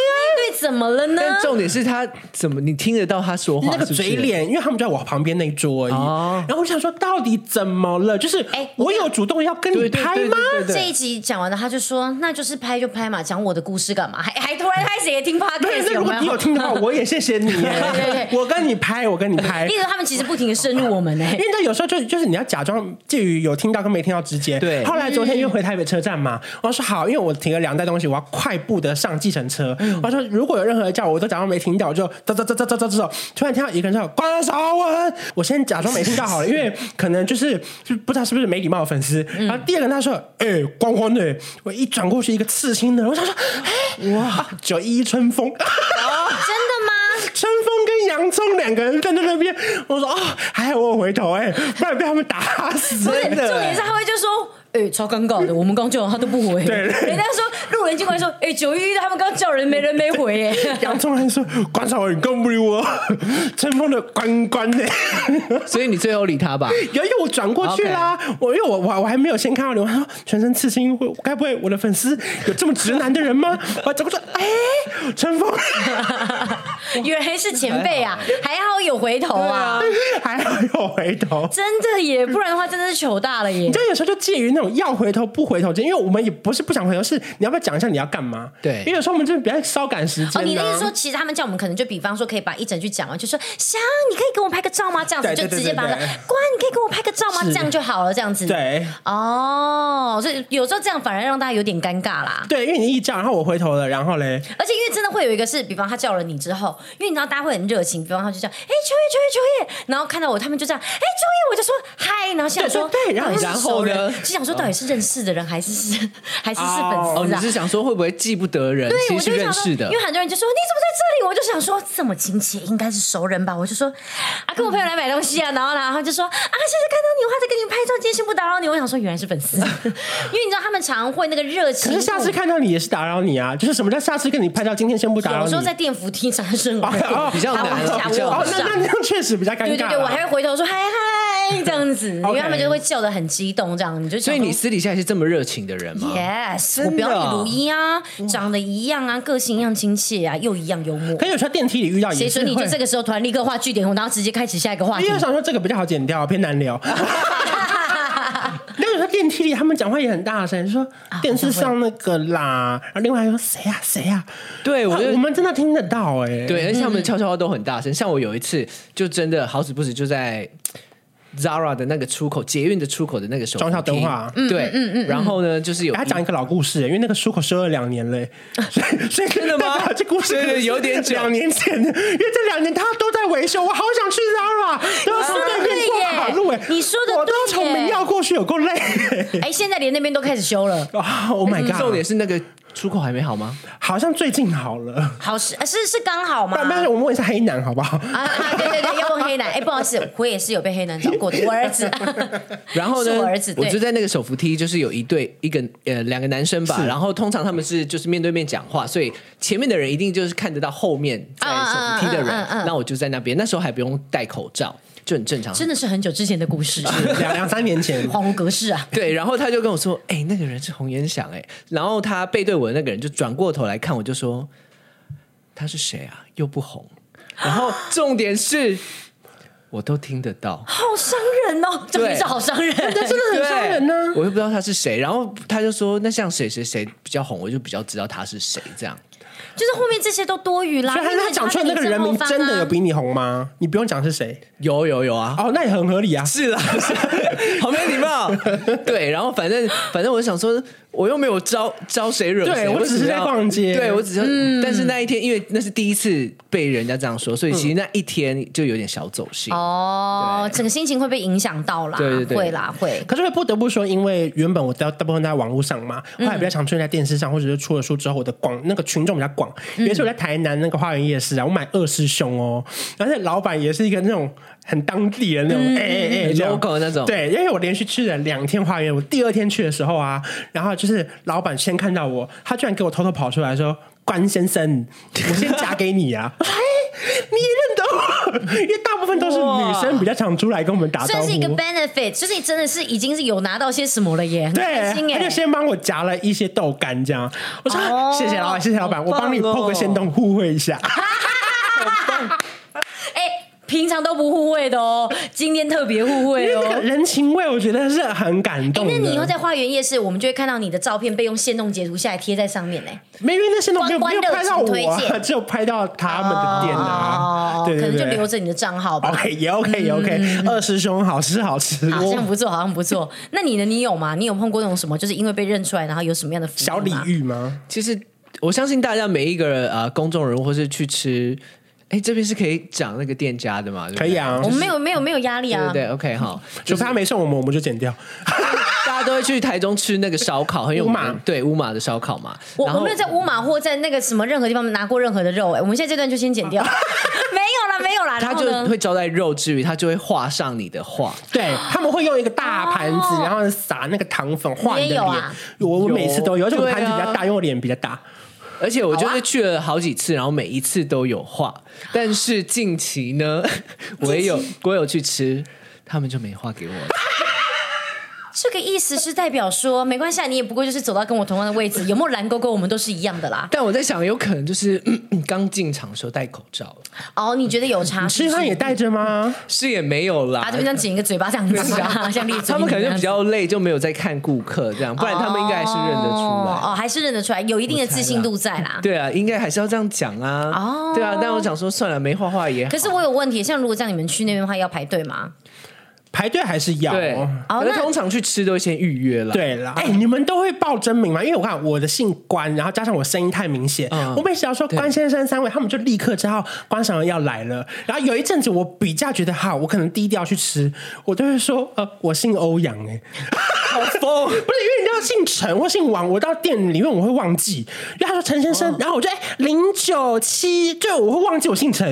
B: 对，怎么了呢？
A: 但重点是他怎么你听得到他说话？
C: 那个
A: 是不是
C: 嘴，脸，因为他们就在我旁边那一桌而已。
A: 嗯哦
C: 然后我想说，到底怎么了？就是
B: 哎我
C: 我有主动要跟你
A: 对对
C: 拍
A: 对
C: 吗？
A: 对对
B: 这一集讲完了，他就说：“那就是拍就拍嘛，讲我的故事干嘛？还还突然开始也听
C: 对，
B: podcast
C: 那
B: 有没
C: 如果你有
B: 有？
C: 听的话，我也谢 谢你耶
B: 对对。
C: 我跟你拍，我跟你拍
B: 因。为他们其实不停的深入我们呢、
C: 因为你知道有时候就就是你要假装介于有听到跟没听到之间。
A: 对
C: 后来昨天因为回台北车站嘛，我说好，因为我停了两袋东西，我要快步的上计程车。我说如果有任何叫我，我都假装没听到，我就走走走走走走走。突然听到一个人叫关少文，啊我先假装没听到好了，因为可能就是就不知道是不是没礼貌的粉丝。然后第二个人他说：“哎、光光的。”我一转过去一个刺青的，我想说：“哎、哇，九一春风。”
B: 真的吗？
C: 春风跟洋葱两个人站在那边，我说哦，还好我有回头哎、不然被他们打死。
B: 不是，
C: 真
B: 重点是
C: 的，
B: 他会就说。哎、超尴尬的，我们刚叫人他都不回。
C: 对
B: 人家说路人经过说，哎、九一一他们刚叫人，没人没回耶。
C: 洋葱还说关少文你更不理我， 春风的关关呢、
A: 所以你最后理他 吧。
C: 然后因为我转过去啦，我因为我我我还没有先看到你，我说全身刺青，会该不会我的粉丝有这么直男的人吗？ 我走过去，哎、春风
B: 原来是前辈啊，还好有回头啊，
C: 还好有回头。
B: 真的耶，不然的话真的是糗大了耶
C: 你知。道有时候就介于那种要回头不回头之间，因为我们也不是不想回头，是你要不要讲一下你要干嘛？
A: 对
C: 因为有时候我们就是比较稍赶时
B: 哦，
C: 间、啊。
B: 你的意思说，其实他们叫我们可能就比方说可以把一整句讲完，就说香，你可以给我拍个照吗？这样子
C: 对
B: 就
C: 对对
B: 直接把它
C: 对对
B: 关，你可以给我拍个照吗？这样就好了，这样子。。
C: 对
B: 哦，所以有时候这样反而让大家有点尴尬啦。
C: 对，因为你一叫，然后我回头了，然后嘞，
B: 而且因为真的会有一个是，比方他叫了你之后，因为你知道大家会很热情，比方他就这样，哎、秋叶秋叶秋叶，然后看到我，他们就这样，哎、秋叶，我就说嗨，然后心想说，
C: 对对对然后
B: 到底是
A: 然后
B: 熟人
A: 呢
B: 就想说到底是认识的人还是是还是是
A: 哦，
B: 粉丝
A: 你
B: 啊？
A: 是想说会不会记不得人？
B: 对，
A: 其
B: 我
A: 实
B: 就是会
A: 认
B: 想说，
A: 识的
B: 因为。很多人就说你怎么在这里？我就想说这么亲切，应该是熟人吧？我就说啊，跟我朋友来买东西啊，然后然后就说啊，现在看到你的话，再跟你拍照，今天先不打扰你。我想说原来是粉丝，因 为你知道他们常会那个热情
C: 可
B: 度，
C: 是下次看到你也是打扰你啊，就是什么叫下次跟你拍照，今天先不打扰
B: 有
C: 你。
B: 时候在电扶梯上升，
C: 哦
A: 比较难
B: 往下
A: 比较
B: 我
C: 哦
B: 往，
C: 那
B: 上
C: 那。那样确实比较尴尬啊。
B: 对对对，我还会回头说嗨嗨这样子，因
C: OK
B: 为他们就会笑得很激动，这样你就
A: 所
B: 想说
A: 以你私底下也是这么热情的人吗？
B: yes，
A: 真的
B: 我表
C: 哦
B: 里如一啊，长得一样啊，个性一样亲切啊，又一样幽默
C: 可。有时候电梯里遇到也
B: 谁
C: 是
B: 准你
C: 会哎
B: 就这个时候突然立刻画句点，然后直接开启下一个话题
C: 因为？我想说这个比较好剪掉，偏难聊。那有时候电梯里他们讲话也很大声，就说
B: 啊
C: 电视上那个啦，然后另外还说谁呀谁呀，
A: 对我
C: 哇
A: 就
C: 我们真的听得到哎、
A: 对，而且
B: 嗯
A: 他们悄悄话都很大声。像我有一次，就真的好死不死就在 Zara 的那个出口，捷运的出口的那个手扶
C: 装小灯
A: 梯
C: 画
A: 对，嗯嗯。然后呢，就是有
C: 哎。他讲一个老故 事、因为那个出口收了两年嘞、所以所以啊真
A: 的吗
C: 这故事
A: 对对有点久
C: 两年前的，因为这两年他都在维修，我好想去 Zara，都要
B: 说得
C: 顺便过
B: 对耶
C: 马路哎、
B: 你说得
C: 我都
B: 对
C: 从
B: 耶
C: 明耀过去，有够累、
B: 哎，现在连那边都开始修了，
C: 啊 o h my
A: 重点
C: god！
A: 是那个出口还没好吗？
C: 好像最近好了，
B: 好是是是刚好吗？
C: 但但是我们问一下黑男好不 好？
B: 啊啊，对对对，要问黑男。哎，不好意思，我也是有被黑男找过的，我儿子。
A: 然后呢，
B: 是我儿子对
A: 就在那个手扶梯，就是有一对一个呃两个男生吧，然后通常他们是就是面对面讲话，所以前面的人一定就是看得到后面在手扶梯的人。
B: 嗯嗯嗯嗯嗯
A: 那我就在那边，那时候还不用戴口罩，就很正常。
B: 真的是很久之前的故事，
C: 两两三年前，
B: 恍如隔世啊！
A: 对，然后他就跟我说：“哎、那个人是洪延祥。”哎，然后他背对我的那个人就转过头来看我，就说：“他是谁啊？又不红。”然后重点是，我都听得到。
B: 好伤人哦，这名字好伤人，真的
C: 很伤人啊呢
A: 对我又不知道他是谁，然后他就说那像谁谁谁比较红，我就比较知道他是谁这样。
B: 就是后面这些都多余啦。
C: 所以他
B: 因为
C: 他讲出来那个人名真的有比你红吗？你不用讲是谁
A: 有有有啊，
C: 哦，那也很合理啊。
A: 是啦，是 啦好没礼貌。对，然后反正反正我想说，我又没有招招谁惹谁，
C: 对我只是
A: 为什么要
C: 在逛街嗯
A: 对我只是，但是那一天因为那是第一次被人家这样说，所以其实那一天就有点小走心。
B: 哦，整个心情会被影响到啦，
A: 对对对
B: 会啦会。
C: 可是我不得不说，因为原本我大大部分都在网络上嘛，后来比较常出现在电视上，或者是出了书之后，我的广那个群众比较广。有一次我在台南那个花园夜市啊，我买二师兄哦，而且老板也是一个那种很当地人那种，哎哎哎这样
A: local 那种
C: 对，因为我连续去了两天花园，我第二天去的时候啊，然后就是老板先看到我，他居然给我偷偷跑出来说。关先生，我先嫁给你啊！哎，你也认得我，因为 大部分都是女生比较常出来跟我们打招
B: 算
C: 呼，
B: 是一个 benefit，就是你真的是已经是有拿到些什么了耶，很开心
C: 对，他就
B: 耶。
C: 先帮我夹了一些豆干，这样我说、
B: 哦
C: 谢谢老板，谢谢老板，
A: 好
C: 我
A: 棒哦
C: 帮你破个先动互惠一下。
B: 哎，平常都不互惠的哦，今天特别互
C: 因
B: 惠
C: 为
B: 哦
C: 那。个人情味，我觉得是很感
B: 哎
C: 动，的。
B: 那你以后在花园夜市，我们就会看到你的照片被用线动截图下来贴在上面哎呢。
C: 没因为那先动没有
B: 关
C: 没有
B: 关
C: 拍到
B: 热情
C: 我、
B: 推
C: 啊，
B: 荐哦
C: 只有拍到他们的店啊，对
B: 可
C: 对
B: 能就留
C: 对。
B: 着你嗯的账号吧。
C: OK，也 OK，也 OK。二师兄，好吃好吃，
B: 好像
C: 我
B: 不错，好像不错。那你呢？你有吗？你有碰过那种什么，就是因为被认出来，然后有什么样的服务
C: 小礼
B: 吗？
C: 遇
B: 嗯
C: 吗？
A: 其实我相信大家每一个人呃公众人物或是去吃，哎，这边是可以讲那个店家的嘛？对不
C: 可
A: 对
C: 以。啊
B: 我，们没有没有没有压力
A: 对
B: 啊
A: 对。对，OK 好，
C: 除非他没送我们，我们就剪掉。
A: 大家都会去台中吃那个烧烤，很有
C: 乌马
A: 名对乌马的烧烤嘛。
B: 我
A: 然后
B: 我没有在乌马或在那个什么任何地方拿过任何的肉哎、我们现在这段就先 剪掉，没有啦，没有啦。
A: 他
B: 然后
A: 就
B: 呢？
A: 会招待肉，之余他就会画上你的画。
C: 对他们会用一个大盘子，
B: 哦
C: 然后撒那个糖粉画你
B: 你也
C: 的
B: 有
C: 脸
B: 啊。
C: 我我每次都有，而且我
A: 对啊
C: 盘子比较大，因为我脸比较大。
A: 而且我
B: 啊
A: 就是去了好几次，然后每一次都有画，但是近期呢， 我也有我有去吃，他们就没画给我。
B: 这个意思是代表说，没关系，啊，你也不过就是走到跟我同样的位置，有没有蓝勾勾，我们都是一样的啦。
A: 但我在想，有可能就是嗯嗯刚进场的时候戴口罩，
B: 哦，你觉得有
A: 嗯
B: 差？
C: 吃饭也带着吗？
A: 是也没有啦
B: 啊，。这边这样剪一个嘴巴这样子 啊，像立
A: 他们可能就比较累，就没有在看顾客这样，不然他们应该还是认得出
B: 哦
A: 来。
B: 哦，还是认得出来，有一定的自信度在啦。
A: 对啊，应该还是要这样讲啊。
B: 哦
A: 对啊，但我想说，算了，没画画也好。
B: 可是我有问题，像如果这样你们去那边的话，要排队吗？
C: 排队还是要。
A: 对，
B: 哦
A: 可是
B: 那
A: 通常去吃都会先预约了。
C: 对啦，哎、你们都会报真名吗？因为我看我的姓关，然后加上我声音太明显，
A: 嗯
C: 我每次要说关先生三位，他们就立刻知道关小人要来了。然后有一阵子我比较觉得好，我可能低调去吃，我就会说呃，我姓欧阳哎、
A: 好疯。
C: 不是因为你知道姓陈或姓王，我到店里面我会忘记，
A: 嗯
C: 因为他说陈先生，然后我就哎零九七，就我会忘记我姓陈，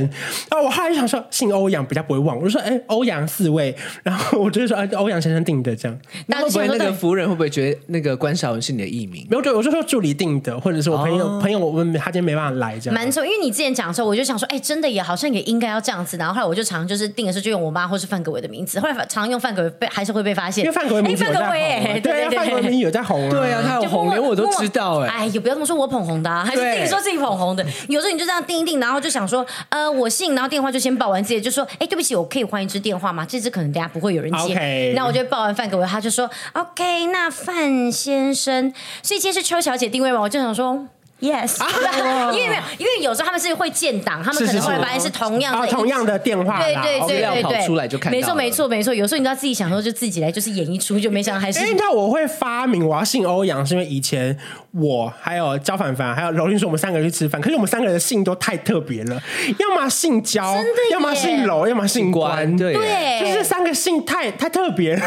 C: 然后我后来就想说姓欧阳比较不会忘，我就说哎欧阳四位，然后我就说哎欧阳先生定的这样。
A: 那会不会那个
B: 到底
A: 服务人会不会觉得那个关少文是你的艺名？
C: 没有，对，我就说助理定的，或者是我朋友、朋友，我们他今天没办法来这样。
B: 蛮错，因为你之前讲的时候，我就想说，哎、真的也好像也应该要这样子。然后后来我就常就是定的时候就用我妈或是范可伟的名字，后来常用范可伟被还是会被发现，
C: 因为范可伟
B: 哎
C: 名字
B: 范
C: 有在
B: 可伟
A: 红啊
B: 对
C: 对啊，范国明有在红啊，
A: 对啊，他有
B: 就默
A: 红，
B: 默
A: 连我都
B: 默默
A: 知道哎、
B: 哎，也不要这么说，我捧红的、啊，还是
A: 对
B: 自己说自己捧红的。有时候你就这样定一定，然后就想说，呃，我信，然后电话就先报完，自己就说，哎，对不起，我可以换一支电话吗？这支可能等下不会有人接。
C: OK
B: 那我就报完饭给我，他就说，OK，那范先生，所以今天是邱小姐定位吗？我就想说。Yes，、因
A: 啊
B: 为没有，因为有时候他们是会建档，他们
C: 是
B: 可能
C: 是
B: 会
C: 是
B: 发现是同样的、
C: 啊，同样的电话
B: 对
C: 啦，
B: 对
C: OK
B: 对
A: 料
B: 对
A: 跑
B: 对，
A: 出来就看
B: 没
A: 到
B: 错
A: 了
B: 没错没错。有时候你知道自己想说就自己来，就是演一出，就没想到还是
A: 哎
C: 因为你知道我会发明我要姓欧阳，是因为以前我还有焦凡凡还有柔林说我们三个人去吃饭，可是我们三个人的姓都太特别了，要么姓焦
B: 真的耶，
C: 要么姓柔，要么姓关，
A: 对啊
B: 对，
C: 就是这三个姓太太特别了，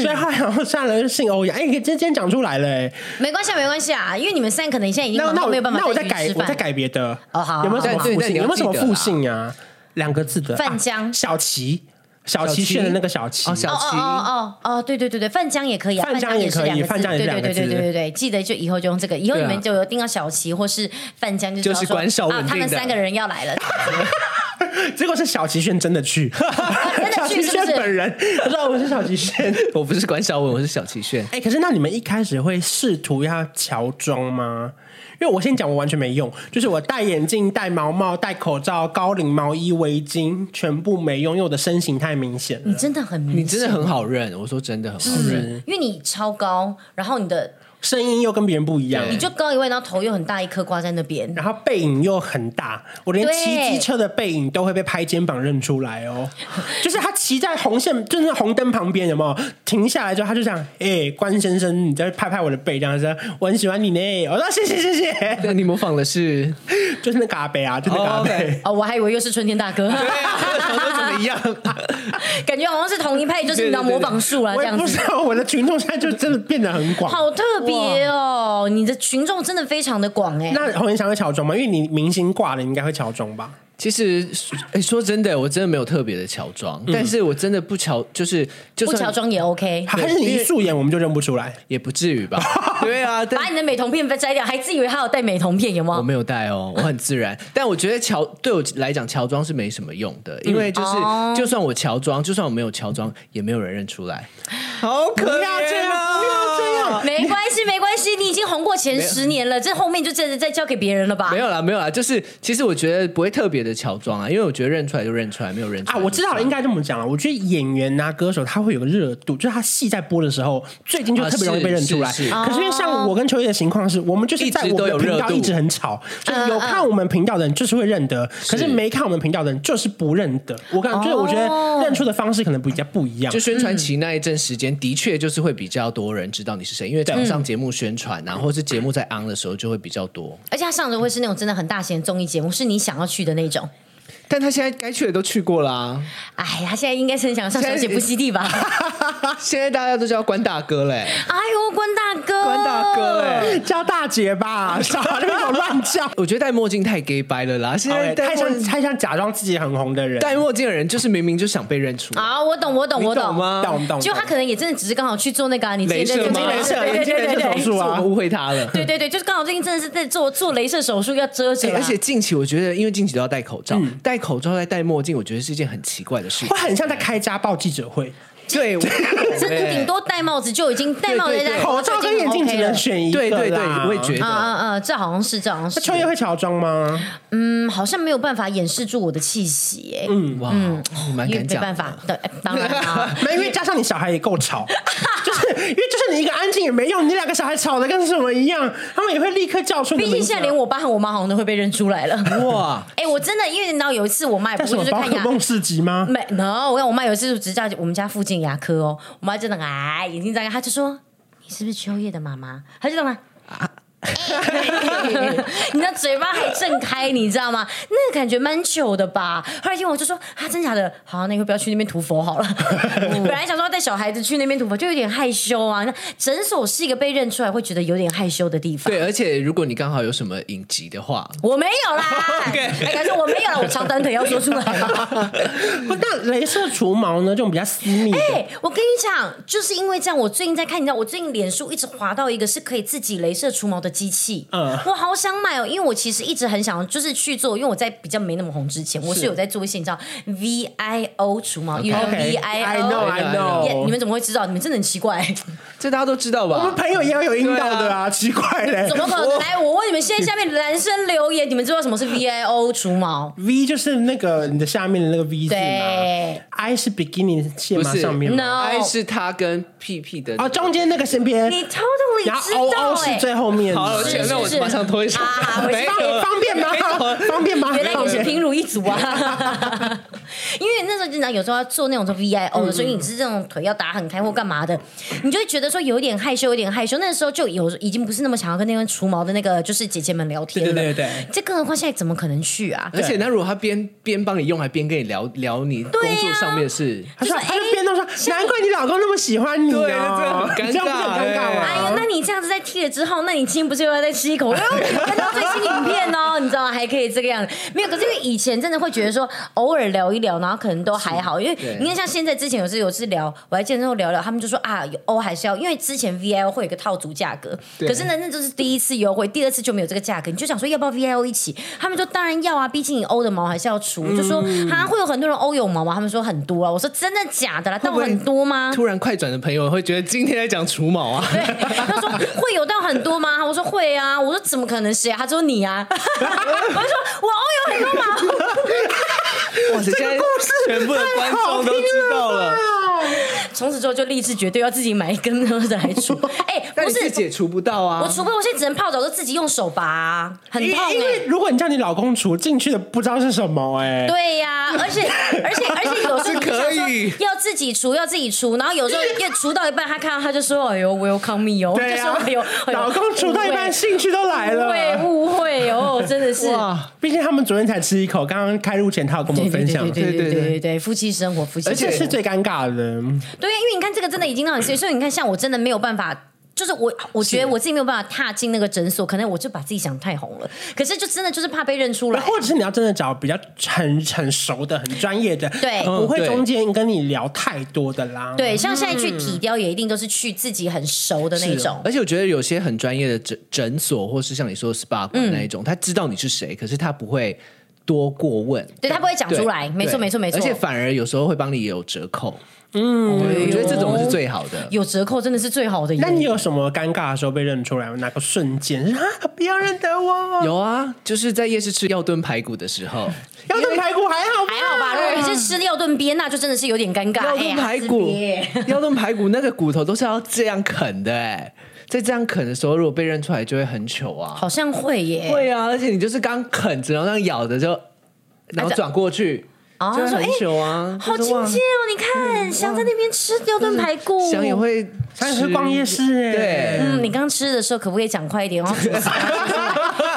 C: 所以他然后下来就姓欧阳，哎、你今天讲出来了、哎
B: 没关系，啊，没关系啊，因为你们现在可能现在已经
C: 那
B: 忙
C: 那
B: 到
C: 我
B: 没有办法
C: 那我再
B: 一起
C: 改
B: 吃，
C: 我
B: 饭
C: 再改别的，
B: 哦好好
C: 有没有什么
A: 好对
C: 复
A: 对
C: 姓？
A: 你要
C: 有没有什么
A: 记得啦
C: 复姓啊？两个字的
B: 范
C: 啊
B: 江
C: 小齐，小
A: 小
C: 齐
A: 齐
C: 炫的那个小齐，
A: 哦小
B: 哦哦哦哦哦，对对对对，范江也可以啊，
C: 范江
B: 江
C: 也
B: 是
C: 可以
B: 两个字，
C: 范江也
B: 对
C: 是
B: 对
C: 两个
B: 对
C: 字
B: 对对对对，记得就以后就用这个，以后
A: 对
B: 你
A: 啊
B: 们就有定到小齐或是范江，就知道
A: 就是
B: 说
A: 管小
B: 啊
A: 稳，
B: 他们
A: 定的
B: 三个人要来了，
C: 结果是小齐炫真的去，
B: 啊真的去
C: 小齐
B: 是不
C: 炫
B: 是
C: 本人，他说我是小齐炫。
A: 我不是管小文，我是小齐炫。
C: 哎、可是那你们一开始会试图要乔装吗？因为我先讲，我完全没用，就是我戴眼镜、戴毛帽、戴口罩、高领毛衣、围巾，全部没用，因为我的身形太明显
B: 你
C: 了。
B: 真的很明
A: 你
B: 显，
A: 真的很好认，我说真的很好认。
B: 因为你超高，然后你的
C: 声音又跟别人不一样，
B: 你就高一位，然后头又很大一颗挂在那边，
C: 然后背影又很大，我连
B: 对
C: 骑机车的背影都会被拍肩膀认出 来哦。就是他骑在红线，就是红灯旁边，有没有停下来之后，他就这样，哎、关先生，你再拍拍我的背，这样子，我很喜欢你呢。 我说谢谢谢谢，
A: 对你模仿的是，
C: 就是那个阿北啊，就那个阿北。
A: 哦，OK
B: 哦，我还以为又是春天大 哥，
A: 对啊，我想说怎么样？
B: 感觉好像是同一派，就是你知道
A: 对对对
B: 模仿术啦，
C: 我
B: 啊这
C: 也
B: 样
C: 不
B: 子
C: 知。道我的群众现在就真的变得很广。
B: 好特别哦！你的群众真的非常的广哎、
C: 那洪岩祥会乔装吗？因为你明星挂了，你应该会乔装吧？
A: 其实，哎，说真的，我真的没有特别的乔装，但是我真的不乔，就是就
B: 不
A: 算
B: 乔装也 OK。
C: 还是你一素颜我们就认不出来？
A: 也不至于 吧？对啊，但
B: 把你的美瞳片摘掉，还自以为他有戴美瞳片，有
A: 我
B: 吗？
A: 没有带哦，我很自然。但我觉得乔对我来讲，乔装是没什么用的，因为就是、
B: 哦
A: 就算我乔装，就算我没有乔装，也没有人认出来。好可哦
C: 不要这样，不要这样！
B: 没关系，没关系，你已经红过前十年了，这后面就真的再交给别人了吧？
A: 没有啦，没有啦，就是其实我觉得不会特别的乔装啊，因为我觉得认出来就认出来，没有认出
C: 啊，
A: 来
C: 我知道了，应该这么讲了。我觉得演员呐、歌手他会有个热度，就是他戏在播的时候，最近就特别容易被认出来。
A: 啊啊是是是
C: 可是因为像我跟秋叶的情况是，我们就是在
A: 一直
C: 我
A: 都
C: 们
A: 有
C: 的频
A: 热
C: 道
A: 度
C: 一直很吵，
B: 嗯
C: 就是有看我们频道的人就是会认得，可是没看我们频道的人就是不认得。我感觉，就是我觉
B: 哦
C: 得认出的方式可能比较不一样
A: 就。宣传期那一阵时间，的确就是会比较多人知道你是谁，因为常上节目宣传啊，或是节目在 on 的时候就会比较多。
B: 而且他上的会是那种真的很大型的综艺节目，是你想要去的那种。
A: 但他现在该去的都去过啦、
B: 哎呀，他现在应该是很想上小姐不息地吧？
A: 现在大家都叫关大哥嘞，
B: 哎呦，关大哥，
A: 关大哥
C: 哎
A: 嘞。
C: 叫大姐 吧，少在那种乱叫。
A: 我觉得戴墨镜太 gay 掰了啦！现在戴
C: 哦太
A: 墨
C: 像太像假装自己很红的人，
A: 戴墨镜的人，就是明明就想被认出。
B: 啊，我懂，我懂，我
A: 你懂吗
C: 懂懂懂
B: 就他可能也真的只是刚好去做那个、啊，你之前在做
A: 镭射吗
B: 那个
A: 镭
B: 对对
C: 射
B: 对对
C: 镭射
B: 对
C: 手术
A: 是我们误会他了。
B: 对对对，就是刚好最近真的是在做做镭射手术要遮
A: 对
B: 着、
A: 哎
B: 啊
A: 而且近期我觉得，因为近期都要戴口罩，戴口罩再戴墨镜，我觉得是一件很奇怪的事情
C: 嗯会。很像在开家暴记者会，
A: 对，我
B: 真的顶多戴帽子就已经戴帽子
A: 对对
B: 戴
A: 对
C: 口罩跟眼镜只能。选一个
A: 对
C: 啦。
A: 对对，我也觉
B: 啊啊
A: 得。
B: 啊！这好像是，这好像
C: 那秋叶
B: 是，
C: 会乔装吗？，
B: 嗯，好像没有办法掩饰住我的气息、哎，嗯，
A: 哇，你蛮
B: 因为
A: 敢
B: 没
A: 讲
B: 办
A: 的。
B: 法，对， 哎当然啦
C: 没，因为加上你小孩也够 吵，就是因为就是你一个安静也没用，你两个小孩吵的跟什么一样，他们也会立刻叫出你
B: 毕
C: 的名
B: 竟
C: 字
B: 现
C: 啊。
B: 在连我爸和我妈好像都会被认出来了。
A: 哇，
B: 哎、我真的，因为你知道有一次我妈也不
C: 在什
B: 就
C: 么
B: 是
C: 宝
B: 看
C: 可
B: 牙
C: 梦市集吗？
B: 没，no，我跟我妈有一次就直在我们家附近牙科哦，我妈真的哎眼睛张开，她就说你是不是秋叶的妈妈？她就这么。 你的嘴巴还正开，你知道吗？那个感觉蛮久的吧。后来听我就说啊，真假的？好，那以后不要去那边涂佛好了。 本来想说要带小孩子去那边涂佛，就有点害羞啊。那诊所是一个被认出来会觉得有点害羞的地方。
A: 对，而且如果你刚好有什么影集的话，
B: 我没有啦，哎感觉我没有啦，我长短腿要说出来了。嗯
C: 那镭射除毛呢？这种比较私密的，
B: 对，我跟你讲，就是因为这样，我最近在看，你知道，我最近脸书一直滑到一个是可以自己镭射除毛的机器，
C: 嗯
B: 我好想买哦，因为我其实一直很想就是去做，因为我在比较没那么红之前，我是有在做一些你知道 V I O 除毛，因为 V
C: OK，I
B: I
C: know
B: O。
C: I
A: know
C: know，
B: 耶你们怎么会知道？你们真的很奇怪。
A: 这大家都知道
C: 我
A: 吧
C: 们？朋友也要有引导的啊，奇怪嘞。
B: 怎么可能？
C: 我
B: 来，我问你们，现在下面男生留言，你们知道什么是 VIO 除 毛？
C: V 就是那个你的下面的那个 V 字嘛
B: 对
C: ，I 是 beginning 线
A: 不
C: 吗？
A: 是
C: 上面吗
B: No
A: 爱是他跟屁屁的
C: 哦，中间那个身边，
B: 你 totally
C: 然
B: 知
C: 后 O
B: 道
C: O
B: 哎、
C: 是最后面的，
A: 好了，
B: 是
A: 天
B: 是
A: 那我马上推一下
B: 啊，
A: 没有
C: 方方便吗
A: 没有？
C: 方便吗？
B: 原来
C: 方
B: 也是
C: 便
B: 平乳一族啊！ 因为那时候经常有时候要做那种做 VIO
C: 嗯
B: 的，所以你是这种腿要打很开或干嘛的，你就会觉得说有点害羞，有点害羞。那时候就有已经不是那么想要跟那个除毛的那个就是姐姐们聊天了。
C: 对对对对
B: 这更何况现在怎么可能去啊？
A: 而且那如果他边边帮你用，还边跟你聊聊你工作上面的事，
C: 他说，
B: 就是
C: 他就
B: 哎
C: 边都说，难怪你老公那么喜欢你
A: 对这个
C: 哦
A: 很，尴
C: 这样不是很尴尬
A: 尬
C: 吗？
A: 哎
B: 哎呀，那你这样子在剃了之后，那你亲不是又要再吃一 口？哎呦看到最新影片哦，你知道吗？还可以这个样子，没有。可是因为以前真的会觉得说，偶尔聊一聊，然后可能都还好。因为
A: 对
B: 你看，像现在之前有次有次聊，我还记得那时候聊聊，他们就说啊，有 O 还是要，因为之前 VIO 会有一个套组价格，
A: 对
B: 可是呢，那就是第一次优惠，第二次就没有这个价格。你就想说要不要 VIO 一起？他们说当然要啊，毕竟你欧的毛还是要除。就说
A: 嗯
B: 啊，会有很多人欧有毛吗？他们说很多啊。我说真的假的啦？到
A: 会不会
B: 很多吗？
A: 突然快转的朋友会觉得今天在讲除毛啊，
B: 他说会有到很多吗？我说会啊。我说怎么可能谁啊？他说你啊。 我就说我哦欧有很多毛，
A: 哇塞，现在全部的观众都知道了，
B: 从此之后就立志绝对要自己买一根那个来 除。哎、
A: 但
B: 不
A: 你自己
B: 是。
A: 也除不到啊，
B: 我除不，我现在只能泡澡，都自己用手拔、啊，很
C: 因
B: 痛哎、
C: 因为如果你叫你老公除进去的，不知道是什么哎、
B: 对呀、而且而 且而且有时候你就想
A: 可以
B: 说要自己除，要自己除，然后有时候越除到一半，他看到他就说：“哎呦，welcome me 哦。”
C: 对
B: 就
C: 啊
B: 说：“哎呦，哎呦
C: 老公除到一半，兴趣都来
B: 误会
C: 了。
B: 误会哦，真的是。”
A: 哇，
C: 毕竟他们昨天才吃一口，刚刚开录前他有跟我
B: 对
C: 们
B: 对
C: 分享
B: 对，对对
A: 对
B: 对
A: 对
B: 对对，夫妻生活，夫妻
C: 而
B: 生活
C: 且是最尴尬的。
B: 对，啊因为你看这个真的已经让你所以所以你看，像我真的没有办法。就是我，我觉得我自己没有办法踏进那个诊所，可能我就把自己想太红了。可是就真的就是怕被认出来，
C: 或者是你要真的找比较很很熟的、很专业的，嗯
B: 对
C: 不会
A: 对
C: 中间跟你聊太多的啦。，
B: 对，像现在去
A: 嗯
B: 体雕也一定都是去自己很熟的那种。
A: 而且我觉得有些很专业的诊诊所，或是像你说的 SPA 馆那一种，他知道你是谁，可是他不会多过问，
B: 对他不会讲出来
A: 对
B: 没错
A: 对
B: 没错没错
A: 而且反而有时候会帮你有折扣，嗯，我觉得这种是最好的。
B: 有折扣真的是最好的耶。
C: 那你有什么尴尬的时候被认出来吗？哪个瞬间是啊？不要认得我，
A: 有啊，就是在夜市吃药炖排骨的时 候，
C: 要炖排骨还好吧？
B: 还好吧？如果你是吃料炖鳖，那就真的是有点尴尬。
A: 腰
B: 哎
A: 炖
B: 呀
A: 排
B: 自
A: 骨
B: 鳖，
A: 腰炖排骨那个骨头都是要这样啃的、哎，在这样啃的时候，如果被认出来，就会很糗啊。
B: 好像会耶。
A: 会啊，而且你就是刚啃着，然后那样咬着就，然后转过去，
B: 啊哦
A: 就会
B: 说
A: 很
B: 哎
A: 糗啊。
B: 好
A: 就
B: 亲
A: 是哇
B: 切哦！你
A: 嗯
B: 看，想在那边吃料炖排骨，
A: 想也会吃，
C: 想也会逛夜市哎
A: 对，
B: 嗯，你刚吃的时候可不可以讲快一 点？哦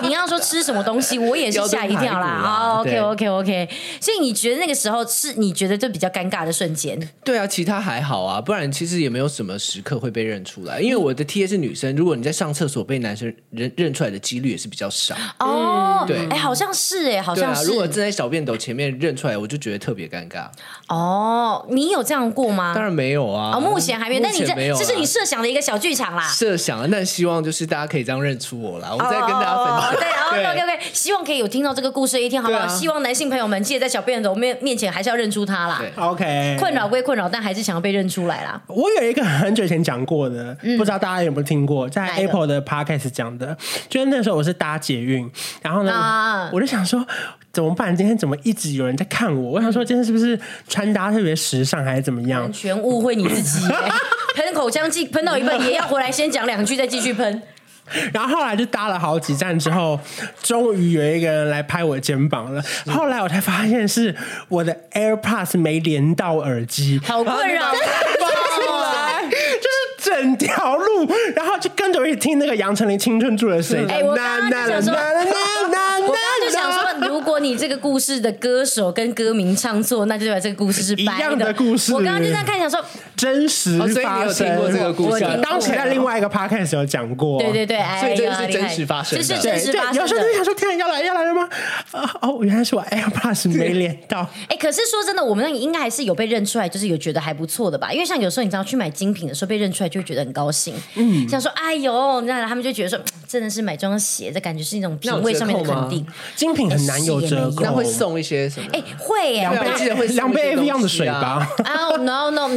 B: 你要说吃什么东西，我也是吓一跳啦。啊、
A: 腰
B: o
A: 炖
B: k
A: 排骨啊
B: OK OK，所以你觉得那个时候是你觉得就比较尴尬的瞬间？
A: 对啊，其他还好啊，不然其实也没有什么时刻会被认出来，因为我的 T A 是女生，如果你在上厕所被男生认认出来的几率也是比较少。
B: 哦，
A: 对
B: 哎，好像是哎，好
A: 对
B: 像
A: 啊，
B: 是、啊
A: 如果站在小便斗前面认出来，我就觉得特别尴尬。
B: 哦，你有这样过吗？
A: 当然没有啊，
B: 哦，目前还没有，但你
A: 目
B: 这
A: 前没有啊
B: 这是你设想的一个小剧场啦。
A: 设想啊，但希望就是大家可以这样认出我啦，我再跟大家
B: 哦
A: 分享。
B: 对，然后 OK OK，希望可以有听到这个故事的一天，好不好？
A: 对啊
B: 希望男性朋友们记得在小便斗面面前还是要认出他啦。
A: 对
C: OK，
B: 困扰归困扰，但还是想要被认出来啦。
C: 我有一个很久以前讲过的，不知道大家有没有听过，在
B: 嗯哪一个
C: Apple 的 Podcast 讲的，就是那时候我是搭捷运，然后呢，
B: 啊
C: 我就想说怎么办？今天怎么一直有人在看我？我想说今天是不是穿搭特别时尚，还是怎么样
B: 完？全误会你自己 耶、喷口腔剂喷到一半也要回来先讲两句，再继续喷。
C: 然后后来就搭了好几站之后，终于有一个人来拍我肩膀了。后来我才发现是我的 AirPods 没连到耳机，
B: 好困扰，啊
C: 就是整条路，然后就跟着我一起听那个杨丞琳《青春住了谁》。
B: 哎我刚刚就想说我
C: 我
B: 刚刚就想说，如果你这个故事的歌手跟歌名唱错，那就代表这个故事是白
C: 一样的故事
B: 我刚刚就在看，想说，
C: 真实
A: 哦所以你
C: 发
A: 有
C: 生。
A: 听过这个故
B: 我
A: 事
B: 听
A: 啊？
B: 过
C: 当时在另外一个 podcast 有讲过，
B: 对对对，哎呀，
A: 所以这个是
B: 厉害
A: 真实发生的
B: 这是
C: 对
B: 真实发
C: 对，
B: 生
C: 有时候
B: 的
C: 就。想说，天啊，要来要来了吗？啊哦，原来是我 AirPods 没连到，
B: 哎、可是说真的，我们那应该还是有被认出来，就是有觉得还不错的吧？因为像有时候你知道去买精品的时候被认出来，就会觉得很高兴，嗯，想说哎呦，嗯那他们就觉得说嘖真的是买这双鞋，这感觉是一种品味上面的肯定。
C: 精品很难有折折 扣，
A: 那会送一些什么？
B: 哎，会耶
A: 两
C: 两
A: 倍我记得会
C: 杯
A: 送
C: 两
A: 一
C: 杯
A: 些
C: A
A: 东
C: V 样的
A: 西
C: 水
A: 啊
C: 吧，
B: 啊，no no，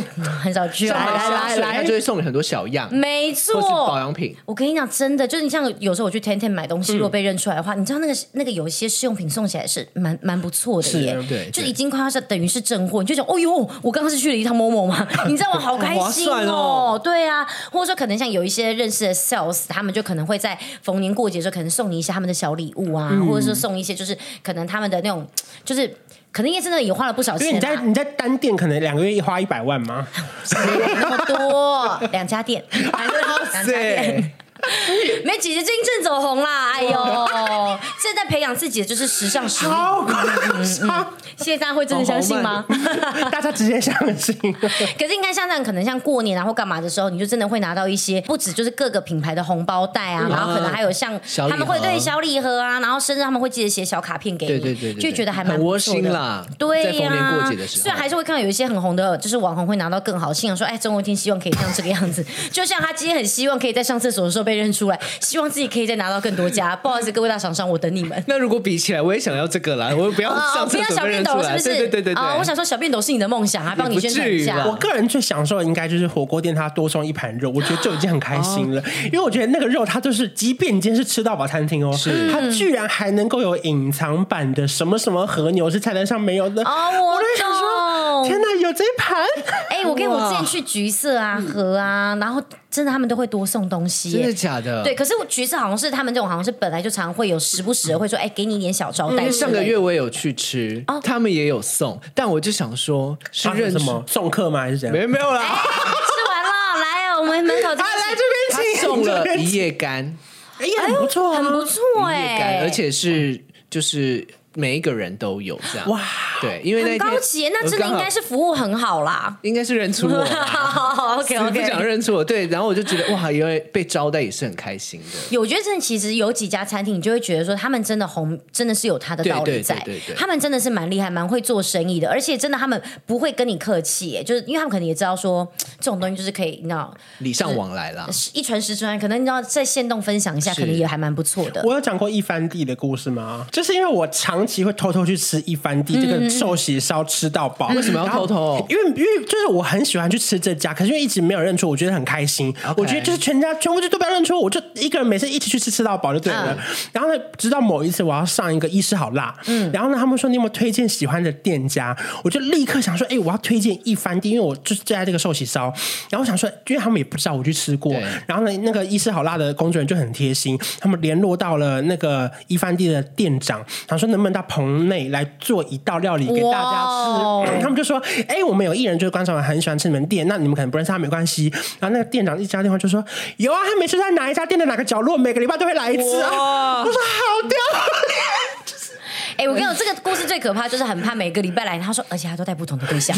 B: 很少去
A: 像
B: 来
A: 买
B: 来
A: 香
B: 来
A: 水
B: 来
A: 他，就会送你很多小样，
B: 没
A: 或是保
B: 错。
A: 养品。
B: 我跟你讲，真的，就是你像有时候我去 Ten Ten 买东
A: 嗯
B: 西，如果被认出来的话，你知道那个那个有一些试用品送起来是蛮蛮不错的耶，
A: 对
B: 就
A: 对
B: 已经快要是等于是正货，你就想，哦呦，我刚刚是去了一趟某某 嘛，你知道我好开心
A: 很划算
B: 哦
A: 哦，
B: 对啊，或者说可能像有一些认识的 sales，他们就可能会在逢年过节的时候，可能送你一些他们的小礼物啊，
A: 嗯
B: 或者说送一些就是可能他们的那种，就是可能也真的也花了不少
C: 因
B: 钱、啊，
C: 为你在你在单店可能两个月一花一百万嘛，
B: 那么多，两家店，两家店。没姐姐最近正走红啦，哎呦，现在培养自己的就是时尚实力。
C: 好夸张，
B: 现在大家会真的相信吗？
C: 大家直接相信。
B: 可是你看，像这样，可能像过年啊或干嘛的时候，你就真的会拿到一些，不止就是各个品牌的红包袋啊，然后可能还有像
A: 小礼
B: 他们会
A: 盒
B: 对小礼盒啊，然后甚至他们会记得写小卡片给你，
A: 对对对对对
B: 就觉得还蛮
A: 很窝
B: 不错的
A: 心啦
B: 对呀、
A: 在逢年过节的时候
B: 虽然还是会看到有一些很红的，就是网红会拿到更好，心想说，哎，总有一天希望可以像这个样子。 就像他今天很希望可以在上厕所的时候被认出来，希望自己可以再拿到更多 家。不好意思，各位大厂商，我等你们。
A: 那如果比起来，我也想要这个 啦，我不要
B: 哦
A: 上
B: 不
A: 厕
B: 要
A: 所
B: 小
A: 被
B: 便
A: 认
B: 斗
A: 出
B: 是
A: 来，
B: 不是？
A: 对对对对对。
B: 啊，我想说小便斗是你的梦想，啊还帮你
A: 也不
B: 宣传
A: 至于
B: 一下
A: 啦。
C: 我个人最享受的应该就是火锅店，它多送一盘肉，我觉得就已经很开心了。因为我觉得那个肉，它就是，即便你今天是吃到饱餐厅哦，
A: 是
C: 它居然还能够有隐藏版的什么什么和牛是菜单上没有的。
B: 哦我
C: 我就想说，
B: 懂
C: 天哪，有这一盘！
B: 哎、我跟我
A: 哇
B: 之前去橘色啊、和啊，然后真的他们都会多送东西耶
A: 真的假的？
B: 对，，可是我橘色好像是他们这种，好像是本来就常会有时不时的会说，哎、给你一点小招
A: 因
B: 待
A: 为
B: 之类的。
A: 上个月我也有去吃，
B: 哦
A: 他们也有送，但我就想说，是
C: 啊
A: 认
C: 什么送客吗？还是怎样？
A: 没没有啦，
B: 吃完了，来哦，我们门口哎这
C: 啊，
B: 边
C: 来
B: 是
A: 他
C: 这边请，
A: 送
C: 这
A: 了
C: 边
A: 一
C: 请，
A: 夜干，
C: 哎呀，很不
A: 哦
C: 错啊，
B: 很不错
A: 一
B: 哎、
A: 夜干，而且是就是每一个人都有这样。
C: 哇
A: 哇，对，因为那
B: 很
A: 天
B: 高级，那真的应该是服务很好啦。
A: 应该是认出我。
B: OK
A: 死不想
B: OK。
A: 认出我，对，然后我就觉得哇，因为被招待也是很开心的，
B: 有，我觉得真的，其实有几家餐厅，你就会觉得说，他们真的红，真的是有他的道
A: 对
B: 理
A: 对
B: 在
A: 对对。对
B: 他们真的是蛮厉害，蛮会做生意的，而且真的他们不会跟你客气耶，就是因为他们可能也知道说，这种东西就是可以，你知道，
A: 礼尚往来啦。
B: 一传十，十传百，可能你知道在线动分享一下，
A: 是
B: 可能也还蛮不错的。
C: 我有讲过一番地的故事吗？就是因为我长期会偷偷去吃一番地这个寿喜烧吃到饱，为
A: 什么要偷偷
C: 因为因为就是我很喜欢去吃这家，可是因为一直没有认出，我觉得很开心。
A: OK
C: 我觉得就是全家全部就都不要认出，我就一个人每次一起去吃吃到饱就对了。然后呢，直到某一次我要上一个医师好辣，嗯，然后呢，他们说你有没有推荐喜欢的店家？我就立刻想说，哎、我要推荐一番地，因为我就是最爱这个寿喜烧。然后我想说，因为他们也不知道我去吃过
A: 对，
C: 然后呢，那个伊斯好辣的工作人员就很贴心，他们联络到了那个伊凡地的店长，他说能不能到棚内来做一道料理给大家吃？
B: 哇哦
C: 他们就说，哎、我们有艺人就是观赏完很喜欢吃你们店，那你们可能不认识他没关系。然后那个店长一接到电话就说，有啊，他每次在哪一家店的哪个角落，每个礼拜都会来一次啊。我说好屌，
B: 哎、我跟你讲，这个故事最可怕就是很怕每个礼拜来，他说，而且他都带不同的 对象，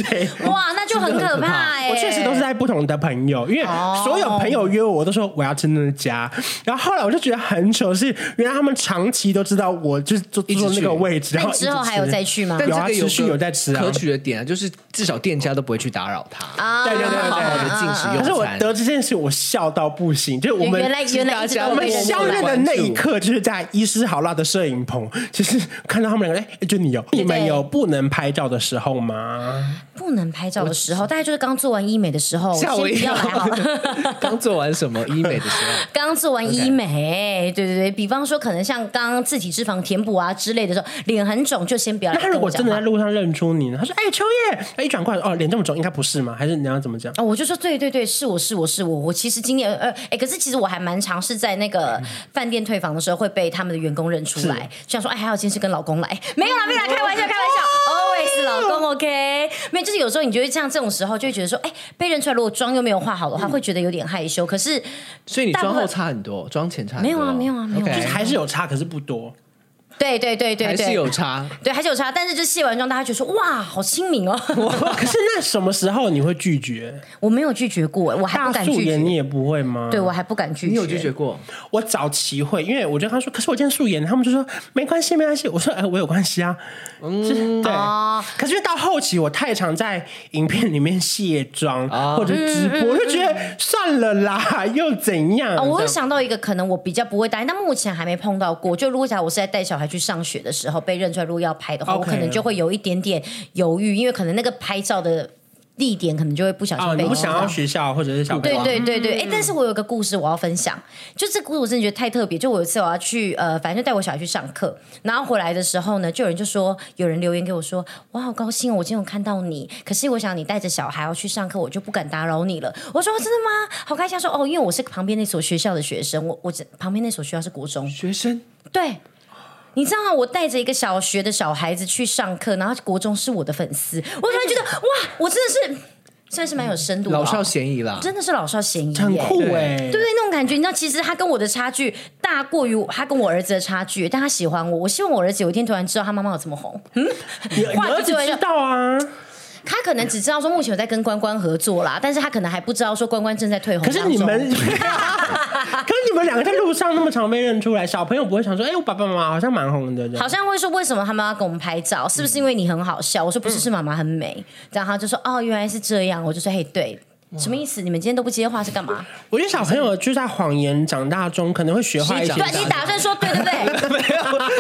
B: 哇，那就很可怕哎、
C: 我确实都是在不同的朋友，因为所有朋友约我，我都说我要吃那家。然后后来我就觉得很糗，是原来他们长期都知道我就是坐
A: 一直
C: 坐那
A: 去
C: 个位置，然
B: 那
C: 后
B: 你
C: 一直
B: 之后还有
C: 吃
B: 再去吗？
A: 但这
C: 有啊
A: 个
C: 持续
A: 个
C: 有在吃啊
A: 可取的点啊，就是至少店家都不会去打扰他，
B: 啊
C: 对对对对
A: 好好的
C: 对
A: 进食
C: 可是
A: 用
C: 我
A: 餐。
C: 得知这件事，我笑到不行。就是我们
B: 原来原来一直都
C: 我
B: 被
C: 们
B: 认出
C: 相认
B: 来，
C: 的那一刻，就是在医师好辣的摄影棚，就是看到他们两个，哎，就你有，你们有不能拍照的时候吗？
B: 不能拍照的时候，大概就是刚做完医美的时候，先
A: 吓
B: 不
A: 我一
B: 要
A: 跳
B: 来好了。！
A: 刚做完什么医美的时 候，
B: 刚做完医美对对对，比方说可能像刚刚自体脂肪填补啊之类的时候，脸很肿就先不要来
C: 那他
B: 跟
C: 如
B: 我
C: 果
B: 讲
C: 真的在
B: 话。
C: 路上认出你呢？他说：“哎，秋叶。”哎，一转过来，哦，脸这么肿，应该不是吗？还是你要怎么讲？
B: 哦，我就说对对对，是我是我是我，我其实今年呃，哎，可是其实我还蛮尝试在那个饭店退房的时候会被他们的员工认出来，就想说哎，还好今天是跟老公来，没有啦，没有啦，开玩笑，开玩笑，always
A: 哦
B: 老公 OK，没有，就是有时候你就会像这种时候就会觉得说，哎，被认出来，如果妆又没有化好的话，会觉得有点害羞，可是
A: 所以你
B: 大部
A: 妆
B: 分
A: 后差很多，妆前差很
B: 没
A: 多
B: 有啊没有啊没有啊
A: OK，
B: 就是
C: 就是还是有差，可是不多。
B: 对对对对
A: 还
B: 对，
A: 是有差。
B: 对，还是有差，但是就卸完妆，大家觉得说哇，好亲民哦。
C: 可是那什么时候你会拒绝？
B: 我没有拒绝过，我还
C: 大
B: 不敢
C: 素
B: 拒
C: 颜你
B: 绝。
C: 也不会吗？
B: 对，我还不敢拒绝。
A: 你有拒绝？过？
C: 我早期会，因为我就跟他说，可是我今天素颜，他们就说没关系，没关系。我说，哎、我有关系啊，嗯，对。
B: 哦
C: 可是因为到后期，我太常在影片里面卸妆、
A: 啊
C: 或者直播，我就觉得算了啦，又怎样？
B: 嗯啊、我
C: 这
B: 有
C: 样
B: 想到一个可能我比较不会答应，但目前还没碰到过。就如果假如我是在带小孩孩去上学的时候被认出来，如果要拍的话
C: OK
B: 我可能就会有一点点犹豫，因为可能那个拍照的地点可能就会不小
C: 啊，
B: 心被
C: 你不
B: 知
C: 想
B: 道
C: 要学校或者是小朋
B: 对
C: 友
B: 对对对，哎、但是我有个故事我要分享，就这故事我真的觉得太特别。就我有一次我要去呃，反正就带我小孩去上课，然后回来的时候呢，就有人就说，有人留言给我说，我好高兴哦，我今天有看到你，可是我想你带着小孩要去上课，我就不敢打扰你了。我说真的吗？好开心，他说哦，因为我是旁边那所学校的学生，我我旁边那所学校是国中，
A: 学生
B: 对。你知道吗？我带着一个小学的小孩子去上课，然后国中是我的粉丝，我突然觉得哇，我真的是算是蛮有深度的哦、
A: 老少咸宜啦，
B: 真的是老少咸宜耶，
C: 很酷
B: 对
C: 哎、
B: 不对？那种感觉，你知道，其实他跟我的差距大过于他跟我儿子的差距，但他喜欢我。我希望我儿子有一天突然知道他妈妈有这么 红，
C: 你你
B: 话
C: 儿
B: 题
C: 子
B: 就会
C: 知道啊，
B: 他可能只知道说目前我在跟关关合作啦，但是他可能还不知道说关关正在退红
C: 可
B: 当中。
C: 是你们， 可是你们两个在路上那么常被认出来，小朋友不会想说，哎、我爸爸妈妈好像蛮红的，这样
B: 好像会说为什么他们要跟我们拍照？是不是因为你很好笑？我说不是，是妈妈很美。然后他就说哦，原来是这样。我就说嘿，对，什么意思？你们今天都不接话是干嘛？
C: 我觉得小朋友就在谎言长大中可能会学坏一些
A: 是
B: 对
A: 长
B: 啊，你打算说对 对 对？没有，
A: 啊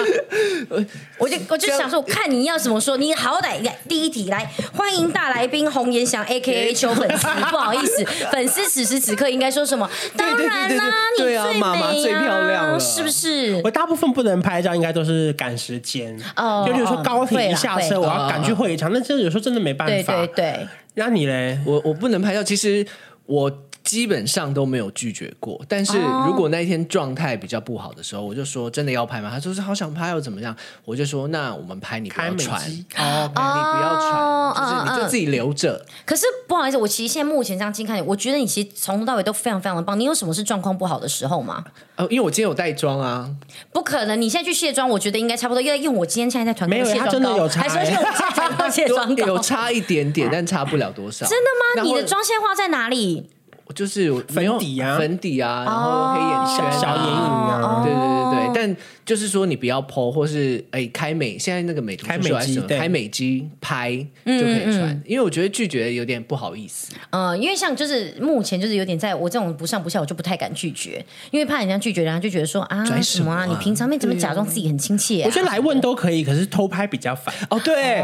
B: 我就我就想说，我看你要怎么说，你好歹来第一题来，欢迎大来宾洪延祥 A K A 邱粉丝，不好意思，粉丝此时此刻应该说什么？当然啦，你
A: 对对对对
B: 最
A: 对啊
B: 美
A: 妈妈最漂亮啊了
B: 是不是
C: 我？大部分不能拍照，应该都是赶时间。
B: 哦
C: 就比如说高铁一下车，
B: 哦
C: 我
A: 啦
C: 要赶去会场，那这有时候真的没办
B: 对
C: 法。
B: 对对，
C: 那你嘞？
A: 我我不能拍照，其实我基本上都没有拒绝过。但是
B: 哦
A: 如果那一天状态比较不好的时候，我就说真的要拍吗？他说是好想拍哦，怎么样？我就说那我们拍，你不
C: 开
A: 要
C: 美
A: 传，
C: 机
A: 哦，你不要
B: 哦
A: 传，就是
B: 嗯
A: 你就自己留着。
B: 可是不好意思，我其实现在目前这样近看你，我觉得你其实从头到尾都非常非常的棒。你有什么是状况不好的时候吗？
A: 呃，因为我今天有带妆啊，
B: 不可能，你现在去卸妆，我觉得应该差不多。要用我今天现在在团购
C: 没有
B: 卸
C: 他
B: 妆
C: 真的
B: 膏，
C: 有差
B: 还是用我在团购卸
A: 有
B: 妆膏？
A: 有差一点 点，但差不了多少。
B: 真的
A: 然
B: 吗？
A: 后
B: 你的妆现在画在哪里？
A: 就是没有
C: 粉底啊
A: 粉底
B: 哦
A: 啊，然后黑眼圈、
C: 小小眼影啊
A: 对对对对，但就是说你不要剖，或是哎开美，现在那个美图
C: 开
A: 秀
C: 美
A: 秀还是
C: 肌
A: 什么
C: 对
A: 开美肌拍
B: 嗯
A: 就可以穿，因为我觉得拒绝有点不好意思。
B: 呃，因为像就是目前就是有点在我这种不上不下，我就不太敢拒绝，因为怕人家拒绝，人家就觉得说啊
A: 拽
B: 什
A: 什
B: 么
A: 么
B: 啊，
A: 啊
B: 你平常面怎么假装自己很亲切、啊
C: 我？觉得来问都可以，可是偷拍比较烦。
A: 哦，对，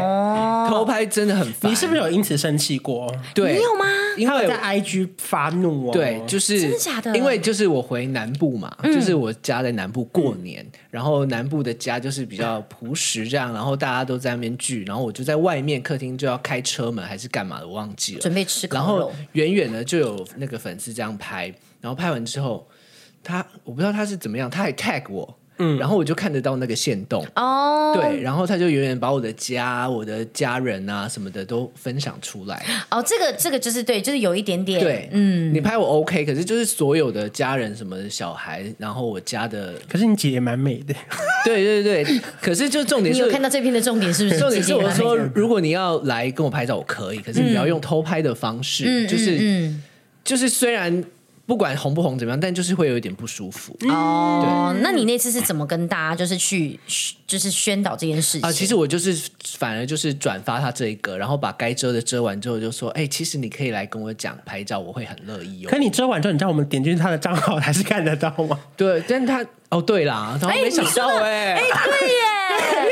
A: 偷拍真的很烦。
C: 你是不是有因此生气过？
A: 对？
B: 哦你有吗？
A: 因
C: 他
A: 为
C: 有在 IG 发怒哦。
A: 对，就是
B: 真的假的嗯
A: 因为就是我回南部嘛，就是我家在南部过年，然后南部的家就是比较朴实这样，然后大家都在那边聚，然后我就在外面客厅就要开车门还是干嘛的，我忘记了。
B: 准备吃
A: 然
B: 烤
A: 后
B: 肉，
A: 远远的就有那个粉丝这样拍，然后拍完之后，他我不知道他是怎么样，他还 tag 我，嗯，然后我就看得到那个线动。
B: 哦，
A: 对，然后他就远远把我的家、我的家人啊什么的都分享出来。
B: 哦，这个这个就是对，就是有一点点
A: 对，嗯，你拍我 OK，可是就是所有的家人、什么的小孩，然后我家的，
C: 可是你姐也蛮美的，
A: 对对对，可是就重点
B: 你有
A: 是
B: 看，到这篇的重点是不是？
A: 重点是
B: 姐姐
A: 我
B: 蛮美
A: 说，
B: 的嗯
A: 如果你要来跟我拍照，我可以，可是你不要用偷拍的方式，就是、就是虽然不管红不红怎么样，但就是会有一点不舒服。
B: 哦，那你那次是怎么跟大家就是去就是宣导这件事情？
A: 啊，其实我就是反而就是转发他这一个，然后把该遮的遮完之后，就说，哎、其实你可以来跟我讲拍照，我会很乐意哦。
C: 可你遮完之后，你知道我们点进去他的账号还是看得到吗？
A: 对，但是他哦，对啦，然后没想到哎、
B: 对耶，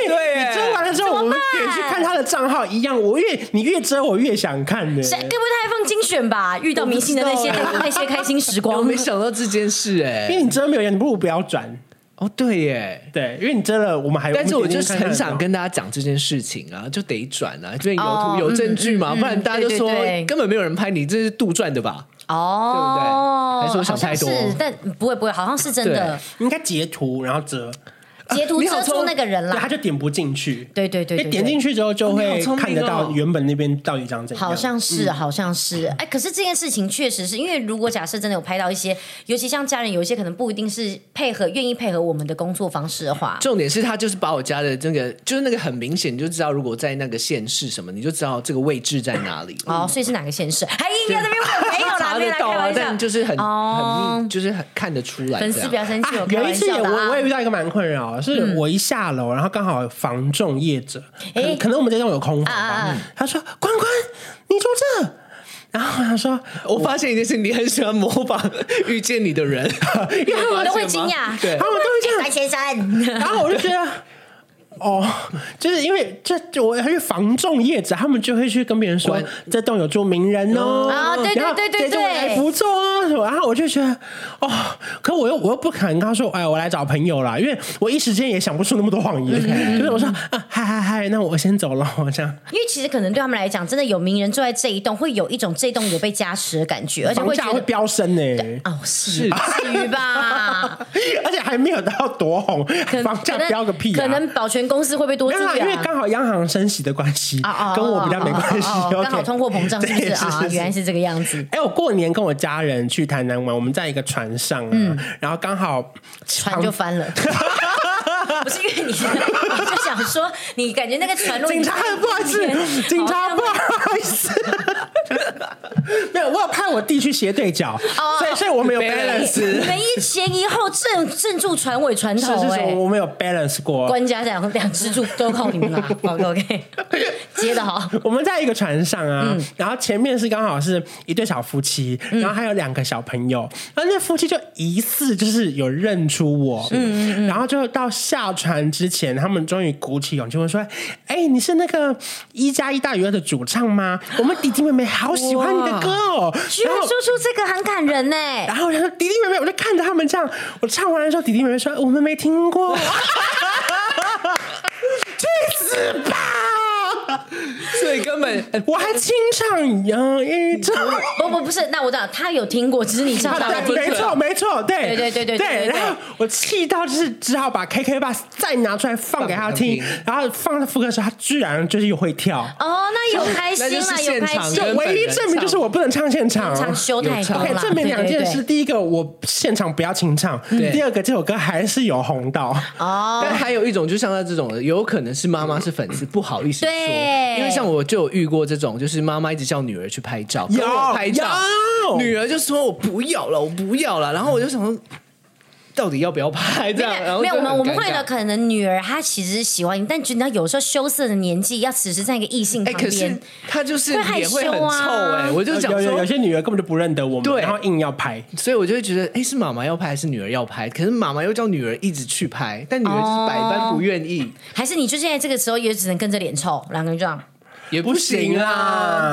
A: 对耶
C: 你遮完了之后，我们点去看他的账号一样。我越你越遮，我越想看的。
B: 谁该不哎会他还放精选吧？遇到明星的那些
A: 我不知道啊
B: 那些开心时
A: 我
B: 光，
A: 没想到这件事哎、
C: 因为你遮没有用，你不如不要转。
A: 哦，对耶。
C: 对，因为你遮了，我们还有
A: 但是我
C: 们点
A: 就
C: 进
A: 是
C: 去看
A: 很
C: 看
A: 想
C: 得到
A: 跟大家讲这件事情啊，就得转啊，这边有
B: 哦
A: 图有证据嘛，不然大家就说
B: 对对对
A: 根本没有人拍你，这是杜撰的吧？
B: 哦，
A: 对不对还是我
B: 好
A: 想
B: 像
A: 太多
B: 是，但不会不会，好像是真的。
C: 应该截图然后遮，
B: 截图
A: 你好
B: 遮住
A: 聪
B: 那个人
C: 对，
B: 啦
C: 他，就点不进去。
B: 对对对
C: 哎
B: 对，
C: 点进
B: 去。
C: 去之后就
A: 哦
C: 会
A: 你好聪明哦
C: 看得到原本那边到底长怎样。
B: 好像是，好像是，哎，可是这件事情确实是因为，如果假设真的有拍到一些，尤其像家人，有一些可能不一定是配合、愿意配合我们的工作方式的话，
A: 重点是他就是把我家的这个，就是那个很明显，你就知道如果在那个县市什么，你就知道这个位置在哪里。
B: 哦，所以是哪个县市？还硬要那边 问，没有啦，
A: 查
B: 没有
A: 得
B: 啦，
A: 到啊
B: 开玩，笑
A: 但。就是很、
B: 哦
A: 很密，就是很看得出来这样。
B: 粉丝不要生气，我
C: 啊，
B: 开
C: 有一
B: 玩
C: 次
B: 笑
C: 有
B: 的
C: 我我
B: 啊。
C: 也
B: 嗯
C: 遇到一个蛮困扰的，是我一下楼，然后刚好房仲业者，可
B: 哎
C: 可能我们这栋有空房
B: 啊啊
C: 吧
B: 啊，
C: 他说关关，你坐这。然后他说，
A: 我发现一件事，你很喜欢模仿 遇 见你的人，
B: 我都会惊 讶
A: 对
C: 然后我都会这样
B: 白先生，
C: 然后我就觉得哦，就是因为这这我要去防重业者，他们就会去跟别人说
A: 关
C: 这栋有住名人哦，
B: 啊对对
C: 然后
B: 对对
C: 这栋
B: 对
C: 还不错哦，什么然后我就觉得哦，可我又我又不肯跟他说，哎，我来找朋友啦，因为我一时间也想不出那么多谎
B: 嗯
C: 言，就是我说啊，嗨嗨嗨，那我先走了，这样
B: 因为其实可能对他们来讲，真的有名人住在这一栋，会有一种这一栋有被加持的感觉，而且
C: 房
B: 会
C: 价
B: 觉
C: 会
B: 得
C: 飙升呢、
B: 哦，是至于吧？
C: 而且还没有到多红，
B: 可
C: 房价
B: 可能
C: 飙个屁、啊，
B: 可能保全公司会不会多
C: 没
B: 注
C: 有啦，
B: 意
C: 因为
B: 啊？
C: 刚好央行升息的关系，
B: 啊
C: 跟我比较没关系
B: 哦哦哦哦，
C: OK
B: 刚好通货膨胀是不
C: 对
B: 是啊？原来是这个样子，
C: 哎、我过年跟我家人去台南玩，我们在一个船上、啊，
B: 嗯
C: 然后刚好
B: 船就翻了。不是因为你，我就想说，你感觉那个船落
C: 警察，不好意思，警察不好意思， 没有，我有派我弟去斜对角，
B: 哦
C: 所以所以我们有
A: balance
C: balance，
B: 你们一前一后正正住船尾船头、
C: 是是是，
B: 哎，
C: 我们有 balance 过。
B: 官家两两支柱都靠你们啦。OK OK，接的好。
C: 我们在一个船上啊，然后前面是刚好是一对小夫妻，然后还有两个小朋友，然后那夫妻就疑似就是有认出我，嗯，然后就到下船之前，他们终于鼓起勇气问说：“哎，你是那个一加一大于二的主唱吗？ 我们弟弟妹妹好喜欢你的歌哦。”
B: 居然
C: 然
B: 说
C: 后
B: 出这个很感人呢、
C: 然后我就说弟弟妹妹，我就看着他们这样，我唱完了之后，弟弟妹妹说我们没听 过，去死吧！
A: 所以根本
C: 我还清唱洋一周，
B: 不不不是，那我讲他有听过，只是你唱他没听
C: 没错
B: 过。
C: 没错，对
B: 对对对对对对
C: 对。然后我气到就是只好把 KK Bus 再拿出来放给他听
A: 放给，
C: 然后放在副歌的时候，他居然就是又会跳，
B: 哦，那有开心
A: 那就
B: 啦，
A: 是
B: 有
A: 现
B: 开
A: 场
B: 心
A: 跟，
C: 唯一证明就是我不能唱现场。
B: 常修太多
A: 有
B: 了。
C: OK，证明两件
B: 对
C: 事：
B: 对对
C: 第一个，我现场不要清唱；
A: 对
C: 第二个，这首歌还是有红到。
B: 哦，
A: 但还有一种，就像他这种的，有可能是妈妈是粉丝，不好意思说，
B: 对
A: 因为像我就有遇过这种，就是妈妈一直叫女儿去拍照，
C: 有
A: 跟我拍照，
C: 有
A: 女儿就说我不要了，我不要了，然后我就想说，到底要不要拍这样？然后
B: 没有，
A: 就
B: 我们
A: 很
B: 我们
A: 尴
B: 会呢，
A: 尬。
B: 可能女儿她其实喜欢你，但觉得有时候羞涩的年纪，要此时在一个异性
A: 哎、
B: 旁
A: 可是
B: 边，
A: 她就是
B: 会害
A: 脸会很
B: 羞
A: 臭
B: 啊
A: 哎、我就讲
C: 呃有有
A: 说，
C: 有些女儿根本就不认得我们，
A: 对
C: 然后硬要拍。
A: 所以我就会觉得，哎、是妈妈要拍还是女儿要拍？可是妈妈又叫女儿一直去拍，但女儿就是百般不愿意，
B: 还是你就现在这个时候也只能跟着脸臭，两个人 这样。啊
A: 也
C: 不
A: 不
C: 行
A: 行啊啦。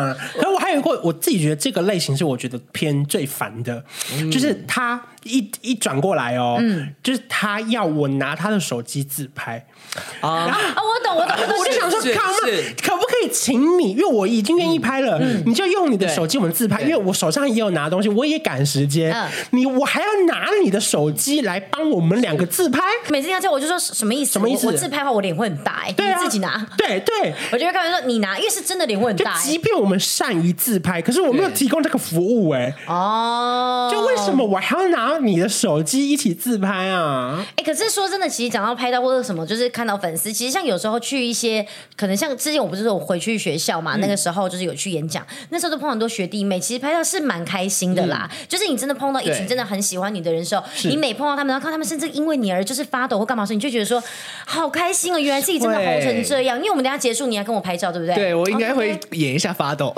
C: 啦。可我还有一个，我自己觉得这个类型是我觉得偏最烦的，
B: 嗯
C: 就是他一一转过来哦，就是他要我拿他的手机自拍，
A: 啊，
B: 哦，我懂，我懂，我懂。
C: 我就想说，
A: 是
C: 靠
A: 是
C: 可不可以请你？因为我已经愿意拍了，
B: 嗯
C: 你就用你的手机我们自拍，
A: 对
C: 因为我手上也有拿东西，我也赶时间
B: 嗯，
C: 你我还要拿你的手机来帮我们两个自拍。
B: 每次要叫我就说什么意思？
C: 什么意思
B: 我我自拍的话，我脸会很大、欸，
C: 对啊，
B: 你自己拿。
C: 对对，
B: 我就会跟他们说你拿，因为是真的脸会很
C: 就
B: 大、
C: 即
B: 欸。
C: 便我们善于自拍，可是我没有
A: 对
C: 提供这个服务哎、
B: 哦，
C: 就为什？么我还要拿你的手机一起自拍啊？
B: 哎、可是说真的，其实讲到拍到或者什么，就是看到粉丝，其实像有时候去一些，可能像之前我不是说我回去学校
A: 嗯
B: 嘛，那个时候就是有去演讲，那时候就碰到很多学弟妹，其实拍照是蛮开心的啦。就是你真的碰到一群
A: 嗯对
B: 真的很喜欢你的人的时候，你每碰到他们，然后看他们甚至因为你而就是发抖或干嘛的时候，你就觉得说好开心哦，原来自己真的
A: 会
B: 红成这样。因为我们等一下结束，你要跟我拍照，对不对？
A: 对我应该会
B: OK，
A: 演一下发抖。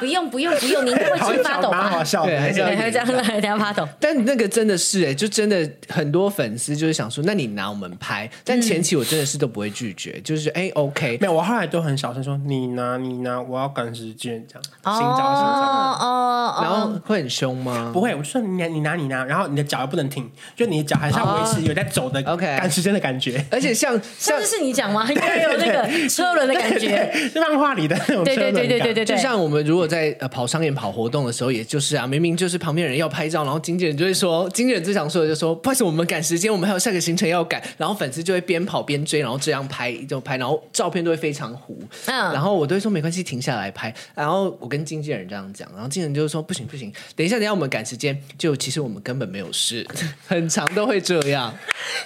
B: 不用不用不用，你应该会自己发抖
C: 蛮
B: 吧
C: 好？笑
A: 对还
C: 的
A: 是。要
B: 对，还这样，等一下发抖。
A: 但那个真的是哎、就真的很多粉丝就是想说，那你拿我们拍，但前期我真的是都不会拒绝，就是哎、OK，
C: 嗯没有，我后来都很小声说：“你拿，你拿，我要赶时间。”这样，
B: 哦
C: 行照行照，
B: 哦
A: 然后会很凶吗？
C: 不会，我就说你拿，你拿，你拿，然后你的脚又不能停，就你的脚还是要维持有在走的
A: OK
C: 赶时间的感觉，
A: 而且像
B: 上
A: 像
B: 次是你讲吗？应该有那个车轮的感觉。
C: 对，漫画里的那种
B: 对对对对对对
A: 就
B: 对，
A: 像我们如果在呃跑商演跑活动的时候，也就是啊，明明就是旁边人要拍照，然后经纪人就会说，经纪人最想说的就说，不好意思，我们赶时间，我们还有下个行程要赶，然后粉丝就会边跑边追，然后这样拍就拍，然后照片都会非常糊，
B: 嗯
A: 然后我都会说没关系，停下来拍，然后我跟经纪人这样讲，然后经纪人就说不行不行，等一下等一下我们赶时间，就其实我们根本没有事，很长都会这样，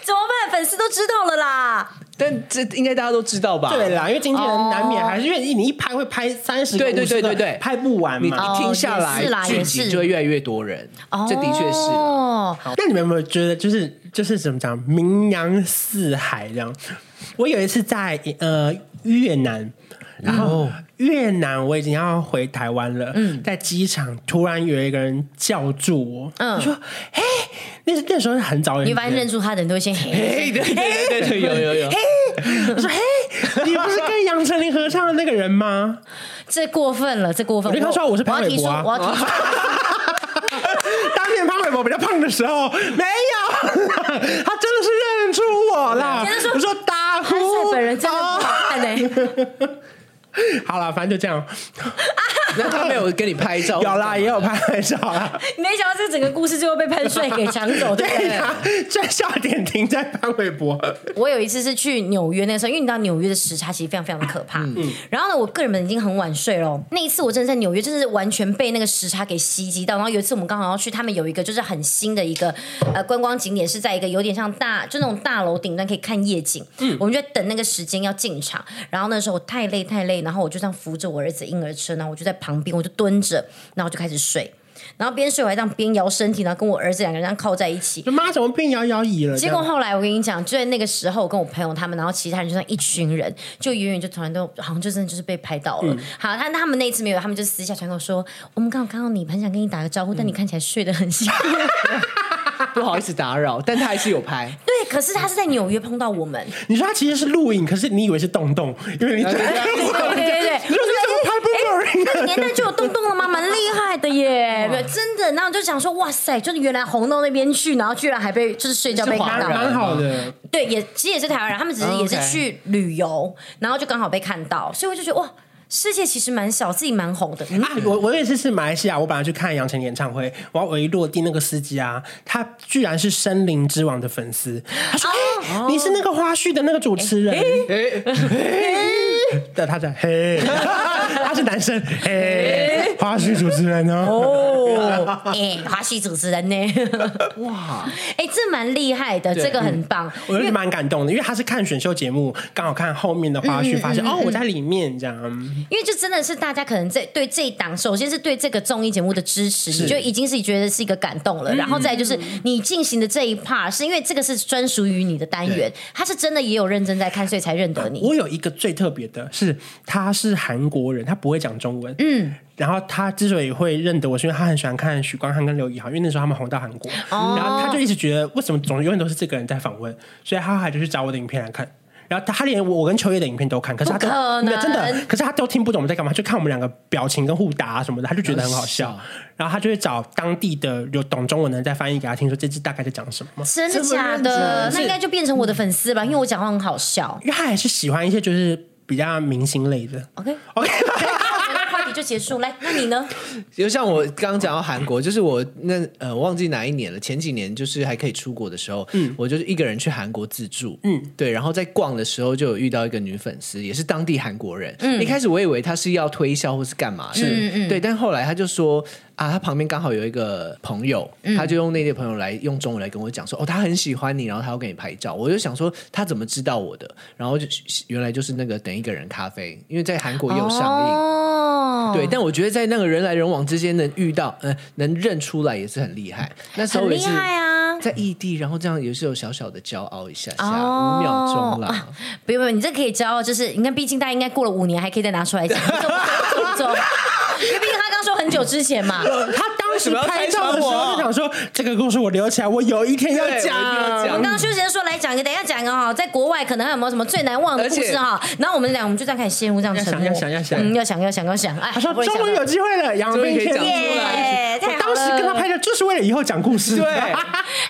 B: 怎么办？粉丝都知道了啦。
A: 但这应该大家都知道吧？
C: 对啦，因为经纪人
B: 哦
C: 难免还是因为你一拍会拍三十，
A: 对对
C: 50
A: 对
C: 个
A: 对对
C: 拍不完
A: 你
C: 嘛。
A: 一停下
B: 哦也是啦
A: 来，
B: 也
A: 聚
B: 是
A: 集就会越来越多人，这的确是啦。
B: 哦，
C: 那你们有没有觉得就是就是怎么讲名扬四海这样？我有一次在呃越南，然后越南我已经要回台湾了，在机场突然有一个人叫住我，
B: 嗯
C: 嗯，说：“嘿，那那时候是很早，
B: 你发现认出他的人都会先嘿。
A: 哎，对对对对，有有有，
C: 嘿，人吗？
B: 这过分了，这过分！
C: 我就跟他说我是潘
B: 我要
C: 玮
B: 提出，
C: 柏啊
B: 我要提出，
C: 当年潘玮柏比较胖的时候，没有， 他真的是认出我啦
B: 真的说。
C: 我说大呼
B: 潘帅本人真的
C: 哦
B: 不好看呢、
C: 好了，反正就这样。
A: 那他没有跟你拍照，
C: 有啦，也有拍照啦。
B: 没想到这整个故事最后被潘帅给抢走， 对不
C: 对
B: 对？
C: 啊，这笑点停在潘玮柏。
B: 我有一次是去纽约那个时候，因为你知道纽约的时差其实非常非常的可怕。然后呢，我个人们已经很晚睡了。那一次我真的在纽约，真的是完全被那个时差给袭击到。然后有一次我们刚好要去，他们有一个就是很新的一个呃观光景点，是在一个有点像大就那种大楼顶端可以看夜景。我们就在等那个时间要进场。然后那时候我太累太累，然后我就这样扶着我儿子婴儿车，然后我就在旁边，我就蹲着，然后我就开始睡。然后边睡我还这样边摇身体，然后跟我儿子两个人这样靠在一起。
C: 就妈怎么变摇摇椅了？
B: 结
C: 这
B: 果
C: 样
B: 后来我跟你讲，就在那个时候，我跟我朋友他们，然后其他人就像一群人，就远远就突然都好像就真的就是被拍到了。
A: 嗯
B: 好，他他们那一次没有，他们就私下传给我说，我们刚好看到你，很想跟你打个招呼，
A: 嗯
B: 但你看起来睡得很香。。
A: 不好意思打扰，但他还是有拍
B: 对，可是他是在纽约碰到我们，
C: 你说他其实是录影，可是你以为是洞洞，因为你
B: 哎对啊哎对对对。
C: 你说你怎么拍 b o o
B: 那个
C: m
B: 年代就有洞洞了吗？蛮厉害的耶，没有真的。然后就想说，哇塞，就是原来红到那边去，然后居然还被就是睡觉被看
A: 是
B: 到
A: 华，人
C: 蛮好的。
B: 对，也其实也是台湾人，他们只是
A: 嗯
B: 也是
A: OK
B: 去旅游然后就刚好被看到，所以我就觉得哇，世界其实蛮小，自己蛮红的。嗯
C: 啊，我我也是是马来西亚，我本来去看杨丞琳演唱会，然后我一落地，那个司机啊，他居然是《森林之王》的粉丝，他说：“哎、你是那个花絮的那个主持人。对，他在嘿，他是男生，嘿，花絮主持人哦。
B: 哦，哎、华西主持人呢？
A: 啊 哇，嗯
B: 哎、这蛮厉害的，这个很棒。
C: 我是蛮感动的，因为他是看选秀节目，刚好看后面的花絮，发现、哦，我在里面这样。
B: 因为就真的是大家可能在对这一档，首先是对这个综艺节目的支持，你就已经是觉得是一个感动
A: 嗯
B: 了。然后再来就是你进行的这一 part，是因为这个是专属于你的单元，他是真的也有认真在看，所以才认得
A: 哦
B: 你。
C: 我有一个最特别的是，他是韩国人，他不会讲中文，嗯。然后他之所以会认得我，是因为他很喜欢看许光汉跟刘以豪，因为那时候他们红到韩国。
B: 哦
C: 然后他就一直觉得，为什么总永远都是这个人在访问，所以他后来就去找我的影片来看。然后他连我我跟秋叶的影片都看，可是他都
B: 不可能
C: 没有真的，可是他都听不懂我们在干嘛，就看我们两个表情跟互答啊什么的，他就觉得很好笑
A: 好
B: 嗯
A: 笑。
C: 然后他就会找当地的有懂中文的人在翻译给他听，说这支大概在讲什么。
B: 真的
A: 这么
B: 假
A: 认
B: 的？
A: 真嗯
B: 那应该就变成我的粉丝吧，因为我讲话很好笑。
C: 因为他也是喜欢一些就是比较明星类的。
B: OK，
C: OK，
B: 那我们的话题就结束。来，那你呢？
A: 就像我刚刚讲到韩国，就是我那呃忘记哪一年了，前几年就是还可以出国的时候，嗯，我就是一个人去韩国自助，嗯，对，然后在逛的时候就有遇到一个女粉丝，也是当地韩国人，嗯，一开始我以为她是要推销或是干嘛的，嗯嗯，对，但后来她就说啊，她旁边刚好有一个朋友，她就用那些朋友来用中文来跟我讲说，哦，她很喜欢你，然后她要给你拍照，我就想说她怎么知道我的，然后就原来就是那个等一个人咖啡，因为在韩国也有上映，
B: 哦，
A: 对，但我觉得在那个人来人往之间能遇到，呃，能认出来也是很厉害。那时候
B: 很
A: 也
B: 厉
A: 是
B: 害啊！
A: 在异地，然后这样也是有小小的骄傲一下下，
B: 哦
A: 五秒钟啦
B: 啊。不用不用，你这可以骄傲，就是你看，毕竟大家应该过了五年还可以再拿出来讲，这种这种因为毕竟他刚说很久之前 嘛。
C: 他当时
A: 为什么要
C: 拍
A: 拆
C: 照的
A: 穿
C: 时
A: 我
C: 候就想说，这个故事我留起来，我有一天要
A: 对我一定要
C: 讲。
A: 讲
B: 我们刚刚休息的时候来讲一个，等一下讲一个哈，在国外可能还有没有什么最难忘的故事哈？然后我们俩我们就这样开始陷入这样沉默，
C: 要想要想要想
B: 嗯，要想要想要想，哎，
C: 他说
B: 我也想
C: 终于
B: 到
C: 有机会了，杨
A: 终于
C: 冰
A: 可以
C: 天
A: 讲出
B: 来耶太
C: 我
B: 好
C: 当时跟他拍的就是为了以后讲故事。
A: 对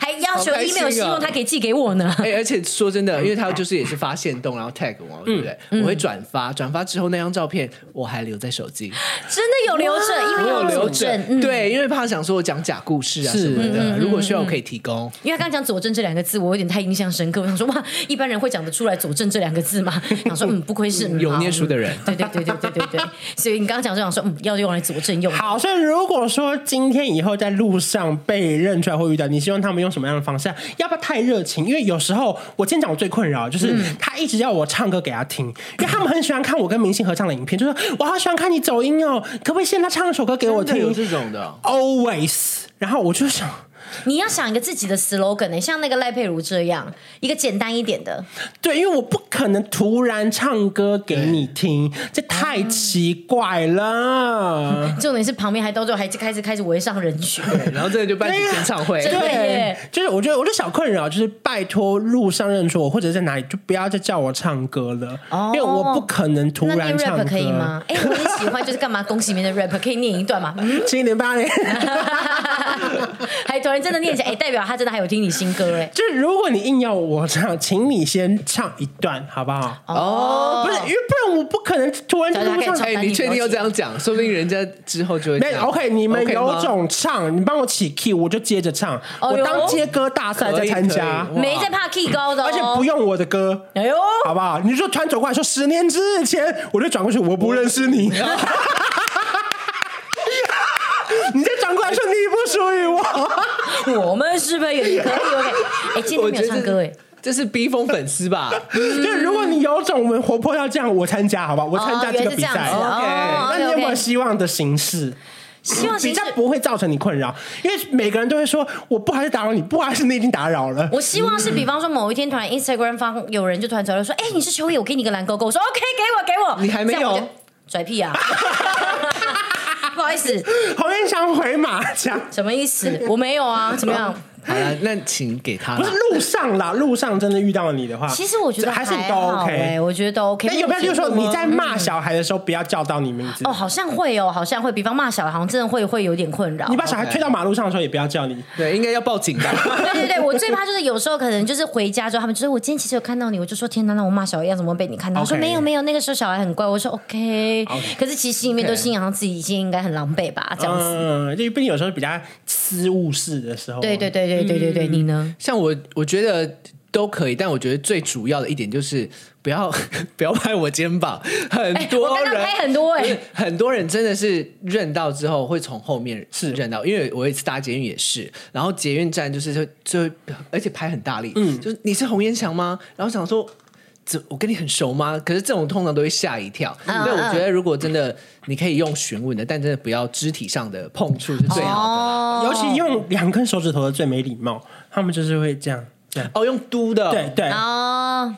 B: 还要求
A: 好开心
B: email，
A: 哦
B: 希望他可以寄给我 呢。
A: 哎、而且说真的，因为他就是也是发现动，然后 tag
B: 嗯
A: 我，对不对？我会转发，转发之后那张照片我还留在手机，
B: 真的有留着，因为
A: 我
B: 要
A: 有留
B: 佐
A: 着
B: 证，。嗯，
A: 对，因为怕想说我讲假故事啊
C: 是
A: 什么的，如果需要我可以提供。
B: 因为他刚讲“佐证”这两个字，我有点太印象深刻。我想说，哇，一般人会讲得出来“佐证”这两个字 吗？想说，嗯，不愧是嗯
A: 有
B: 好
A: 念书的人
B: 嗯对对对对对对对。所以你刚刚讲就想说，嗯，要用来佐证用。
C: 好，所以如果说今天以后在路上被认出来或遇到，你希望他们用什么样的方式啊？要不要太热情？因为有时候我今天讲我最困扰就是
A: 嗯
C: 他一直要我唱歌给他听，因为他们很喜欢看我跟明星合唱的影片，就说我好喜欢看你走音哦，可不可以现在唱一首歌给我
A: 真的
C: 听？
A: 有这种的哦
C: always。然后我就想，
B: 你要想一个自己的 slogan 呢、像那个赖佩如这样，一个简单一点 的，
C: 对，因为我不可能突然唱歌给你听，这太奇怪了。
B: 重点是旁边还到最后还开始开始围上人群，
A: 然后真的就办起演唱会，
B: 真的耶
C: 就是我觉得我的小困扰就是，拜托路上认出我，或者在哪里就不要再叫我唱歌了，
B: 哦
C: 因为我不可能突
B: 那
C: 然
B: 念
C: 唱歌。
B: rap 可以吗？哎、我很喜欢，就是干嘛？恭喜里面的 rap 可以念一段吗？ 嗯，
C: 七零八零，
B: 还突然真的念起来，哎、代表他真的还有听你新歌哎、
C: 就是如果你硬要我唱，请你先唱一段好不好？
B: 哦，
C: 不是，因为不然我不可能突然在路上
B: 大家可以
A: 哎，你确定要这样讲？说不定人家之后就会这
C: 没
A: 样
C: OK，你 们
A: OK 吗
C: 有种唱，你帮我起 key，我就接着唱。
B: 哦
C: 我
B: 哟
C: 当接歌大赛在参加
A: 可以，可以
B: 没在怕 key 高的、哦，
C: 而且不。用我的歌，
B: 哎呦，
C: 好不好？你就突然走过来说十年之前，我就转过去，我不认识你。 你再转过来说你不属于我，
B: 我们是朋友，也可以 OK。哎、今天
A: 我
B: 没
A: 觉得
B: 有唱歌哎、
A: 这是逼疯粉丝吧？
B: 嗯
C: 就如果你有种，我们活泼要这样，我参加，好不好？我参加
B: 哦，原来
C: 这个
B: 是这
C: 比
B: 样
C: 赛。
B: 子哦
A: OK，
B: ，OK，OK。
C: 那你有没有希望的形式？
B: 希望
C: 比
B: 其实
C: 较不会造成你困扰，因为每个人都会说我不好意思打扰你，不好意思，你已经打扰了。
B: 我希望是，比方说某一天突然 Instagram 方有人就突然出来说：“哎、你是秋叶，我给你个蓝勾勾。”我说：“OK，给我，给我。”
A: 你还没有
B: 这样我就拽屁 啊！不好意思，
C: 洪彦祥回马枪，
B: 什么意思？我没有啊，怎么样？
A: 好了，那请给他
C: 不
A: 啦
C: 是。路上啦，路上真的遇到你的话，
B: 其实我觉得
C: 还是你都
B: 好哎、
C: OK。
B: 我觉得都 OK。
C: 那有没有就是说你在
B: 嗯
C: 骂小孩的时候不要叫到你名字
B: 哦，？好像会哦，好像会。比方骂小孩，好像真的会会有点困扰。
C: 你把小孩推到马路上的时候也不要叫你。
A: 对，应该要报警吧？
B: 对对对，我最怕就是有时候可能就是回家之后，他们就说我今天其实有看到你，我就说天哪，那我骂小孩一样怎么会被你看到？我说
C: OK 哦
B: 没有没有，那个时候小孩很乖，我说 OK，, 可是其实心里面都
A: OK
B: 心想自己今天应该很狼狈吧，这样子。
C: 嗯，就毕竟有时候比较私务事的时候，
B: 对对对对对对对，你呢？
A: 像我，我觉得都可以，但我觉得最主要的一点就是不要 不要拍我肩膀，很
C: 嗯
B: 哎我
A: 多
B: 刚
A: 人。
B: 刚拍很多哎、
A: 不是很多人真的是认到之后会从后面
C: 是
A: 认到，因为我有一次搭捷运也是，然后捷运站就是就就而且拍很大力，嗯，就是你是洪彦祥吗？然后想说。这我跟你很熟吗？可是这种通常都会吓一跳。
B: 嗯
A: 对，我
B: 嗯
A: 觉得如果真的你可以用询问的，但真的不要肢体上的碰触是最好的
B: 哦
A: 啦。
C: 尤其用两根手指头的最没礼貌，他们就是会这样这样。
A: 哦，用嘟的，
C: 对对，
B: 哦，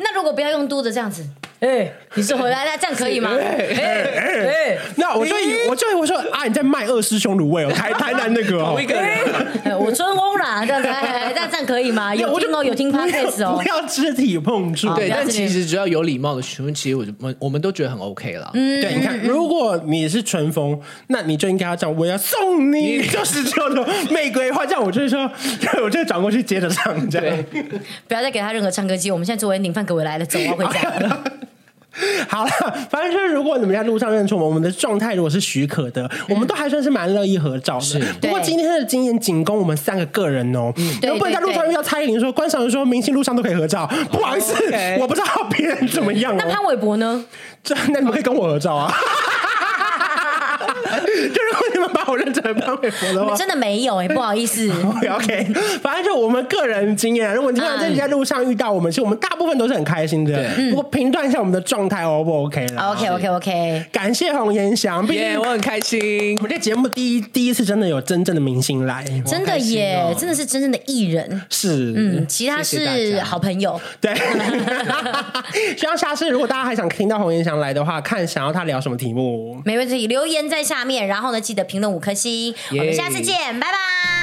B: 那如果不要用嘟的这样子，哎、你是回来那这样可以吗？
C: 哎那我就以我就以为说啊，你在卖二师兄卤味哦，台台南那个哦
A: 同一。个人，
B: 哎我春翁啦，这样子，哎哎这样这样可以 吗？
C: 对
B: 有
C: 我就
B: 听哦，有听 podcast 哦
C: 不。要肢体碰触。
A: 对，
B: 不要
A: 但
B: 这
A: 其
B: 边
A: 实只要有礼貌的询问，其实我就我们我们都觉得很 OK 了。
C: 对，你看，如果你是春风，那你就应该要这样，我要送你，就是这种玫瑰花。这样我就是说，我就转过去接着唱，这样。
B: 不要再给他任何唱歌机。我们现在作为领饭给我来了，走，我要回家了。
C: 好了，反正就是如果你们在路上认出我们，我们的状态如果是许可的，
B: 嗯
C: 我们都还算是蛮乐意合照的。不过
B: 对
C: 今天的经验仅供我们三个个人哦，
B: 嗯对
C: 能不能在路上
B: 对哦
C: 遇到蔡依林说观赏人说明星路上都可以合照？不好意思
A: OK，
C: 我不知道别人怎么样
B: 那
C: 哦。
B: 潘玮柏呢？
C: 这那你们可以跟我合照 啊。就如果你们把我认成潘玮柏的话，
B: 真的没有哎、不好意 思。
C: OK，反正就我们个人经验啊，如果你真的在在路上遇到我们，其实我们大部分都是很开心的。不过评断一下我们的状态 O 不 OK 啦？
B: 嗯 OK OK OK，
C: 感谢洪延祥，毕
A: 耶
C: 竟
A: 我
C: 我
A: 很开心。
C: 们这节目第一第一次真的有真正的明星来，
B: 真的耶，真的是真正的艺人。
C: 是，
B: 嗯，其他
A: 哦谢谢大
B: 是
A: 家
B: 好朋友。
C: 对。希望下次如果大家还想听到洪延祥来的话，看想要他聊什么题目。
B: 没问题，留言在下面，然后呢，记得评论五颗星。我们下次见，拜拜。